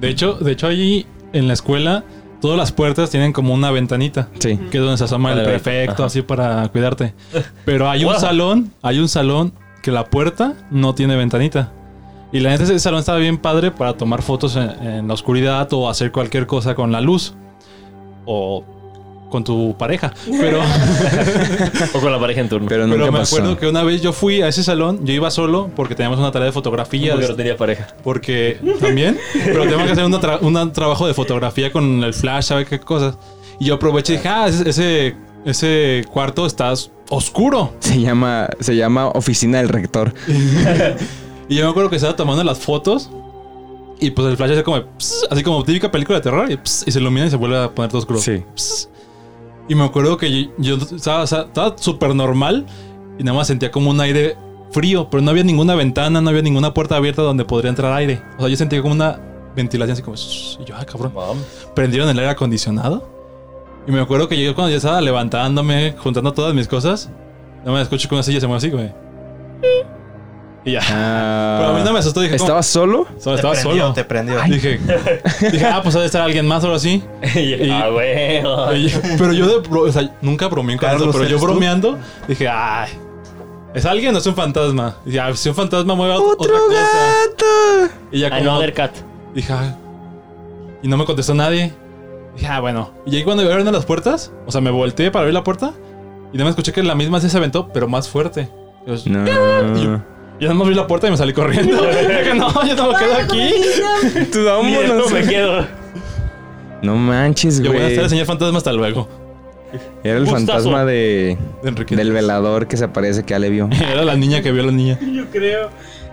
[SPEAKER 4] De hecho, de hecho allí en la escuela todas las puertas tienen como una ventanita.
[SPEAKER 3] Sí.
[SPEAKER 4] Que es donde se asoma el
[SPEAKER 5] Para ver.
[SPEAKER 4] prefecto,
[SPEAKER 5] Ajá.
[SPEAKER 4] así para cuidarte. Pero hay un
[SPEAKER 5] Wow.
[SPEAKER 4] salón, hay un salón que la puerta no tiene ventanita. Y la neta, ese salón estaba bien padre para tomar fotos en, en la oscuridad o hacer cualquier cosa con la luz. O con tu pareja. Pero, [laughs]
[SPEAKER 5] O con la pareja en turno.
[SPEAKER 3] Pero nunca
[SPEAKER 4] pero me
[SPEAKER 3] pasó.
[SPEAKER 4] acuerdo que una vez yo fui a ese salón, yo iba solo porque teníamos una tarea de fotografía.
[SPEAKER 5] porque no tenía pareja.
[SPEAKER 4] Porque también, pero tengo que hacer una tra- un trabajo de fotografía con el flash, sabe qué cosas. Y yo aproveché y dije, ah, ese- ese, ese cuarto está os- oscuro.
[SPEAKER 3] Se llama, se llama Oficina del Rector.
[SPEAKER 4] Y yo me acuerdo que estaba tomando las fotos. Y pues el flash hace como, "Ps", así como típica película de terror. Y, "Ps", y se ilumina y se vuelve a poner todo oscuro.
[SPEAKER 3] Sí.
[SPEAKER 4] "Ps". Y me acuerdo que yo, yo estaba estaba súper normal. Y nada más sentía como un aire frío. Pero no había ninguna ventana, no había ninguna puerta abierta donde podría entrar aire. O sea, yo sentía como una ventilación así como... "Shh". Y yo, ah, cabrón.
[SPEAKER 5] Mam.
[SPEAKER 4] prendieron el aire acondicionado. Y me acuerdo que yo cuando ya estaba levantándome, juntando todas mis cosas, no me escucho que una silla se mueve así, güey. Y
[SPEAKER 3] Ah.
[SPEAKER 4] ya. Pero a mí no me asustó, dije,
[SPEAKER 3] ¿Estabas solo?
[SPEAKER 4] ¿cómo? Solo estaba
[SPEAKER 7] te prendió,
[SPEAKER 4] solo.
[SPEAKER 7] te prendió.
[SPEAKER 4] Dije, dije, ah, pues ha de estar alguien más o algo así.
[SPEAKER 5] [laughs] Y- ah, güey.
[SPEAKER 4] Y yo- pero yo de bro- o sea, nunca bromeé con
[SPEAKER 7] Carlos,
[SPEAKER 4] eso, pero yo
[SPEAKER 7] ¿eres tú?
[SPEAKER 4] bromeando dije, ay, ¿es alguien o es un fantasma? Y ya, si un fantasma mueve ot- otra cosa. Y ya como,
[SPEAKER 5] Another cat.
[SPEAKER 4] Dije, "Ah". y no me contestó nadie. Dije, ah, bueno. Y ahí cuando abrieron las puertas, o sea, me volteé para abrir la puerta y nada más escuché que la misma sí se aventó, pero más fuerte. Yo, yo
[SPEAKER 3] No.
[SPEAKER 4] nada más abrí la puerta y me salí corriendo. Dije, no, [laughs] yo no me quedo aquí.
[SPEAKER 3] Tú
[SPEAKER 5] Ni de
[SPEAKER 3] vámonos.
[SPEAKER 5] esto me quedo.
[SPEAKER 3] No manches,
[SPEAKER 4] Yo voy a
[SPEAKER 3] güey.
[SPEAKER 4] estar el señor fantasma hasta luego.
[SPEAKER 3] Era el
[SPEAKER 5] Gustazo.
[SPEAKER 3] fantasma de,
[SPEAKER 4] De Enrique.
[SPEAKER 3] del velador que se aparece que Ale vio.
[SPEAKER 4] [laughs] Era la niña que vio a la niña.
[SPEAKER 6] Yo creo.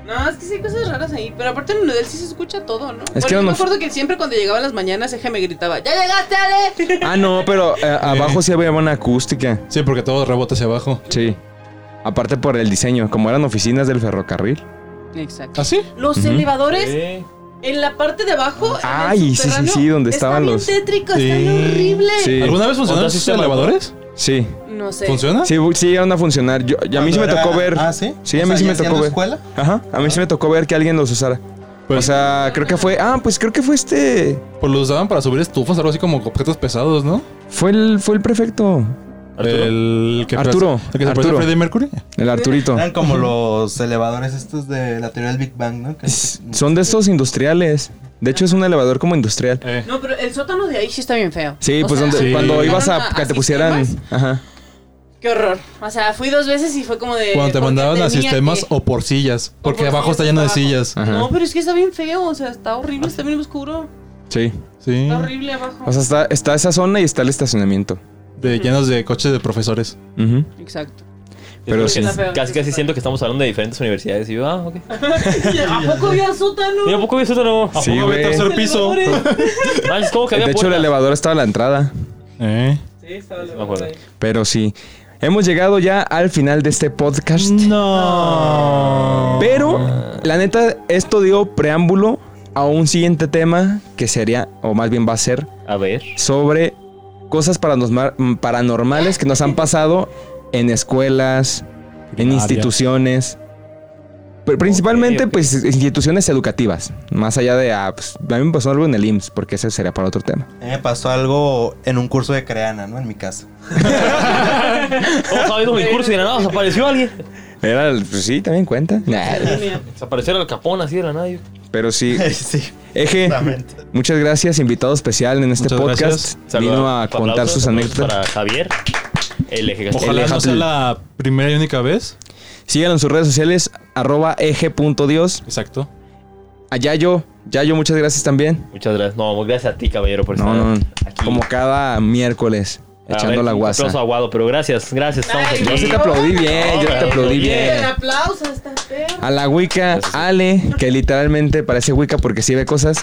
[SPEAKER 6] No, es que sí hay cosas raras ahí. Pero aparte en Nudel sí se escucha todo, ¿no?
[SPEAKER 3] que
[SPEAKER 6] Porque yo
[SPEAKER 3] no-
[SPEAKER 6] me acuerdo que siempre cuando llegaba a las mañanas, Eje me gritaba, ¡Ya llegaste, Ale!
[SPEAKER 3] Ah, no, pero eh, abajo sí había una acústica.
[SPEAKER 4] Sí, porque todo rebota hacia abajo.
[SPEAKER 3] Sí. Aparte por el diseño, como eran oficinas del ferrocarril.
[SPEAKER 6] Exacto.
[SPEAKER 4] ¿Ah, sí?
[SPEAKER 6] Los
[SPEAKER 3] Ujú.
[SPEAKER 6] elevadores
[SPEAKER 5] Sí.
[SPEAKER 6] en la parte de abajo. en el
[SPEAKER 3] Ay, sí, sí,
[SPEAKER 6] subterráneo,
[SPEAKER 3] sí, donde
[SPEAKER 6] está
[SPEAKER 3] estaban
[SPEAKER 6] bien
[SPEAKER 3] los-
[SPEAKER 6] tétrico,
[SPEAKER 4] Sí.
[SPEAKER 6] está bien horrible.
[SPEAKER 3] Sí.
[SPEAKER 4] ¿Alguna vez funcionaron
[SPEAKER 5] ¿Otro
[SPEAKER 4] esos
[SPEAKER 5] sistema,
[SPEAKER 4] elevadores?
[SPEAKER 3] Sí.
[SPEAKER 6] No sé.
[SPEAKER 4] ¿Funciona?
[SPEAKER 3] Sí, bu- sí, iban a funcionar. Yo, y a mí sí me
[SPEAKER 7] Cuando
[SPEAKER 3] tocó
[SPEAKER 7] era-
[SPEAKER 3] ver.
[SPEAKER 7] Ah, sí.
[SPEAKER 3] Sí,
[SPEAKER 7] O
[SPEAKER 3] a mí
[SPEAKER 7] sea,
[SPEAKER 3] sí
[SPEAKER 7] ya
[SPEAKER 3] me
[SPEAKER 7] hacían
[SPEAKER 3] tocó ver.
[SPEAKER 7] escuela.
[SPEAKER 3] Ajá, a mí sí me tocó ver que alguien los usara.
[SPEAKER 4] Pues-
[SPEAKER 3] o sea, creo que fue. Ah, pues creo que fue este.
[SPEAKER 4] Pues los usaban para subir estufas, algo así como objetos pesados, ¿no?
[SPEAKER 3] Fue el, fue el prefecto.
[SPEAKER 5] ¿Arturo?
[SPEAKER 4] El que
[SPEAKER 3] Arturo,
[SPEAKER 4] El que se parece a
[SPEAKER 3] Arturo.
[SPEAKER 4] Freddie Mercury.
[SPEAKER 3] El Arturito.
[SPEAKER 7] Eran como los elevadores estos de la teoría del Big Bang, ¿no? Que-
[SPEAKER 3] S- Son de estos industriales. De hecho, es un elevador como industrial.
[SPEAKER 4] Eh.
[SPEAKER 6] No, pero el sótano de ahí sí está bien feo.
[SPEAKER 3] Sí,
[SPEAKER 6] O
[SPEAKER 3] pues
[SPEAKER 6] sea,
[SPEAKER 3] donde,
[SPEAKER 4] sí.
[SPEAKER 3] cuando ibas a
[SPEAKER 6] mandaron
[SPEAKER 3] que te
[SPEAKER 6] sistemas,
[SPEAKER 3] pusieran. Ajá.
[SPEAKER 6] Qué horror. O sea, fui dos veces y fue como de.
[SPEAKER 4] Cuando te
[SPEAKER 6] Eh, porque
[SPEAKER 4] mandaban a
[SPEAKER 6] tenía
[SPEAKER 4] sistemas
[SPEAKER 6] que-
[SPEAKER 4] o por sillas, porque
[SPEAKER 6] por
[SPEAKER 4] abajo
[SPEAKER 6] sillas
[SPEAKER 4] está lleno de
[SPEAKER 6] abajo.
[SPEAKER 4] sillas.
[SPEAKER 3] Ajá.
[SPEAKER 6] No, pero es que está bien feo. O sea, está horrible, está bien oscuro.
[SPEAKER 3] Sí.
[SPEAKER 4] Sí,
[SPEAKER 6] Está horrible abajo.
[SPEAKER 3] O sea, está, está esa zona y está el estacionamiento.
[SPEAKER 4] de llenos de coches de profesores.
[SPEAKER 3] Ujú.
[SPEAKER 4] [laughs]
[SPEAKER 6] Exacto.
[SPEAKER 3] Pero
[SPEAKER 5] Porque
[SPEAKER 3] sí.
[SPEAKER 6] Está feo,
[SPEAKER 5] Casi
[SPEAKER 6] sí,
[SPEAKER 5] casi
[SPEAKER 6] está
[SPEAKER 5] siento que estamos hablando de diferentes universidades. Y yo, ah, ok.
[SPEAKER 6] ¿A poco había sótano?
[SPEAKER 5] Mira, ¿a poco eso no?
[SPEAKER 3] Sí,
[SPEAKER 4] Luego
[SPEAKER 3] güey.
[SPEAKER 4] el tercer
[SPEAKER 6] [laughs]
[SPEAKER 4] piso. [laughs]
[SPEAKER 5] Manches, ¿cómo Ah, que había
[SPEAKER 3] De hecho, el
[SPEAKER 5] puertas?
[SPEAKER 3] elevador estaba a la entrada.
[SPEAKER 4] Eh.
[SPEAKER 6] Sí, estaba
[SPEAKER 5] me acuerdo. ahí.
[SPEAKER 3] Pero sí. Hemos llegado ya al final de este podcast.
[SPEAKER 4] No.
[SPEAKER 3] Pero, la neta, esto dio preámbulo a un siguiente tema que sería, o más bien va a ser,
[SPEAKER 5] A [laughs] ver.
[SPEAKER 3] sobre cosas paranorma- paranormales que nos han pasado en escuelas, en
[SPEAKER 4] Primaria.
[SPEAKER 3] instituciones. Pero principalmente,
[SPEAKER 5] ok.
[SPEAKER 3] pues, instituciones educativas. Más allá de, ah, pues, a mí me pasó algo en el IMSS, porque ese sería para otro tema.
[SPEAKER 7] A mí Me pasó algo en un curso de creana, ¿no? En mi casa.
[SPEAKER 5] Vamos a ver mi curso y de la nada se apareció alguien.
[SPEAKER 3] Era, el- pues, sí, también cuenta. Nah,
[SPEAKER 5] Se apareció el capón así de la nada. yo-
[SPEAKER 3] [laughs] Pero sí,
[SPEAKER 7] [laughs] sí, [laughs]
[SPEAKER 3] Eje,
[SPEAKER 7] exactamente.
[SPEAKER 3] muchas gracias, invitado especial en este
[SPEAKER 4] Muchas
[SPEAKER 3] podcast.
[SPEAKER 4] gracias.
[SPEAKER 3] Vino a
[SPEAKER 5] Aplausos,
[SPEAKER 3] contar sus
[SPEAKER 5] aplausos
[SPEAKER 3] anécdotas.
[SPEAKER 5] Para Javier, el eje Castilla.
[SPEAKER 4] Ojalá
[SPEAKER 3] El
[SPEAKER 4] no sea
[SPEAKER 3] Happy.
[SPEAKER 4] la primera y única vez.
[SPEAKER 3] Síganlo en sus redes sociales, arroba eje.dios.
[SPEAKER 4] Exacto.
[SPEAKER 3] A Yayo, Yayo, muchas gracias también.
[SPEAKER 5] Muchas gracias. No, gracias a ti, caballero, por
[SPEAKER 3] No,
[SPEAKER 5] estar
[SPEAKER 3] no, no.
[SPEAKER 5] aquí.
[SPEAKER 3] como cada miércoles,
[SPEAKER 5] A
[SPEAKER 3] echando
[SPEAKER 5] ver,
[SPEAKER 3] la
[SPEAKER 5] un
[SPEAKER 3] guasa.
[SPEAKER 5] aplauso aguado, pero gracias, gracias. Estamos
[SPEAKER 6] Ay,
[SPEAKER 5] aquí.
[SPEAKER 3] Yo sí te aplaudí bien, yo te
[SPEAKER 5] Hombre,
[SPEAKER 3] aplaudí
[SPEAKER 5] bien.
[SPEAKER 3] bien.
[SPEAKER 6] El aplauso está feo.
[SPEAKER 3] A la Wicca,
[SPEAKER 5] Eso sí.
[SPEAKER 3] Ale, que literalmente parece Wicca porque sí ve cosas.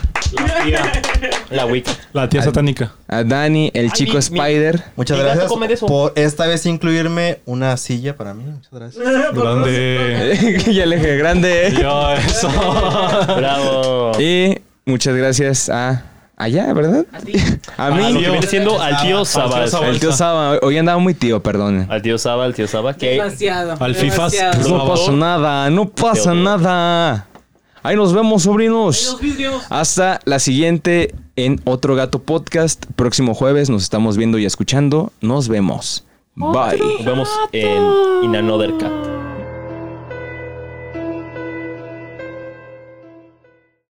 [SPEAKER 5] La Wicca.
[SPEAKER 4] La tía satánica.
[SPEAKER 3] A Dani, el chico
[SPEAKER 5] mi-
[SPEAKER 3] Spider. [laughs]
[SPEAKER 7] Muchas
[SPEAKER 5] Y gato
[SPEAKER 7] gracias
[SPEAKER 5] come de eso.
[SPEAKER 7] por esta vez incluirme una silla para mí. Muchas gracias.
[SPEAKER 4] Grande.
[SPEAKER 3] y el eje grande.
[SPEAKER 4] Yo eso.
[SPEAKER 5] Bravo.
[SPEAKER 3] Y muchas gracias a. Allá, ¿verdad?
[SPEAKER 6] A ti.
[SPEAKER 3] A
[SPEAKER 5] A Ah, lo
[SPEAKER 3] mí.
[SPEAKER 5] que viene siendo al tío Saba.
[SPEAKER 4] Saba.
[SPEAKER 3] El tío Saba, hoy andaba muy tío, perdón.
[SPEAKER 5] Al tío Saba, al tío Saba. Que
[SPEAKER 6] Demasiado.
[SPEAKER 4] Al Fifas.
[SPEAKER 6] demasiado.
[SPEAKER 3] No
[SPEAKER 5] Salvador.
[SPEAKER 3] pasa nada, no pasa
[SPEAKER 5] Teodoro.
[SPEAKER 3] nada.
[SPEAKER 2] Ahí nos vemos,
[SPEAKER 6] Ahí
[SPEAKER 2] sobrinos.
[SPEAKER 6] los vidrios.
[SPEAKER 2] Hasta la siguiente en Otro Gato Podcast. Próximo jueves nos estamos viendo y escuchando. Nos vemos. Bye.
[SPEAKER 5] Nos vemos en In Another Cat.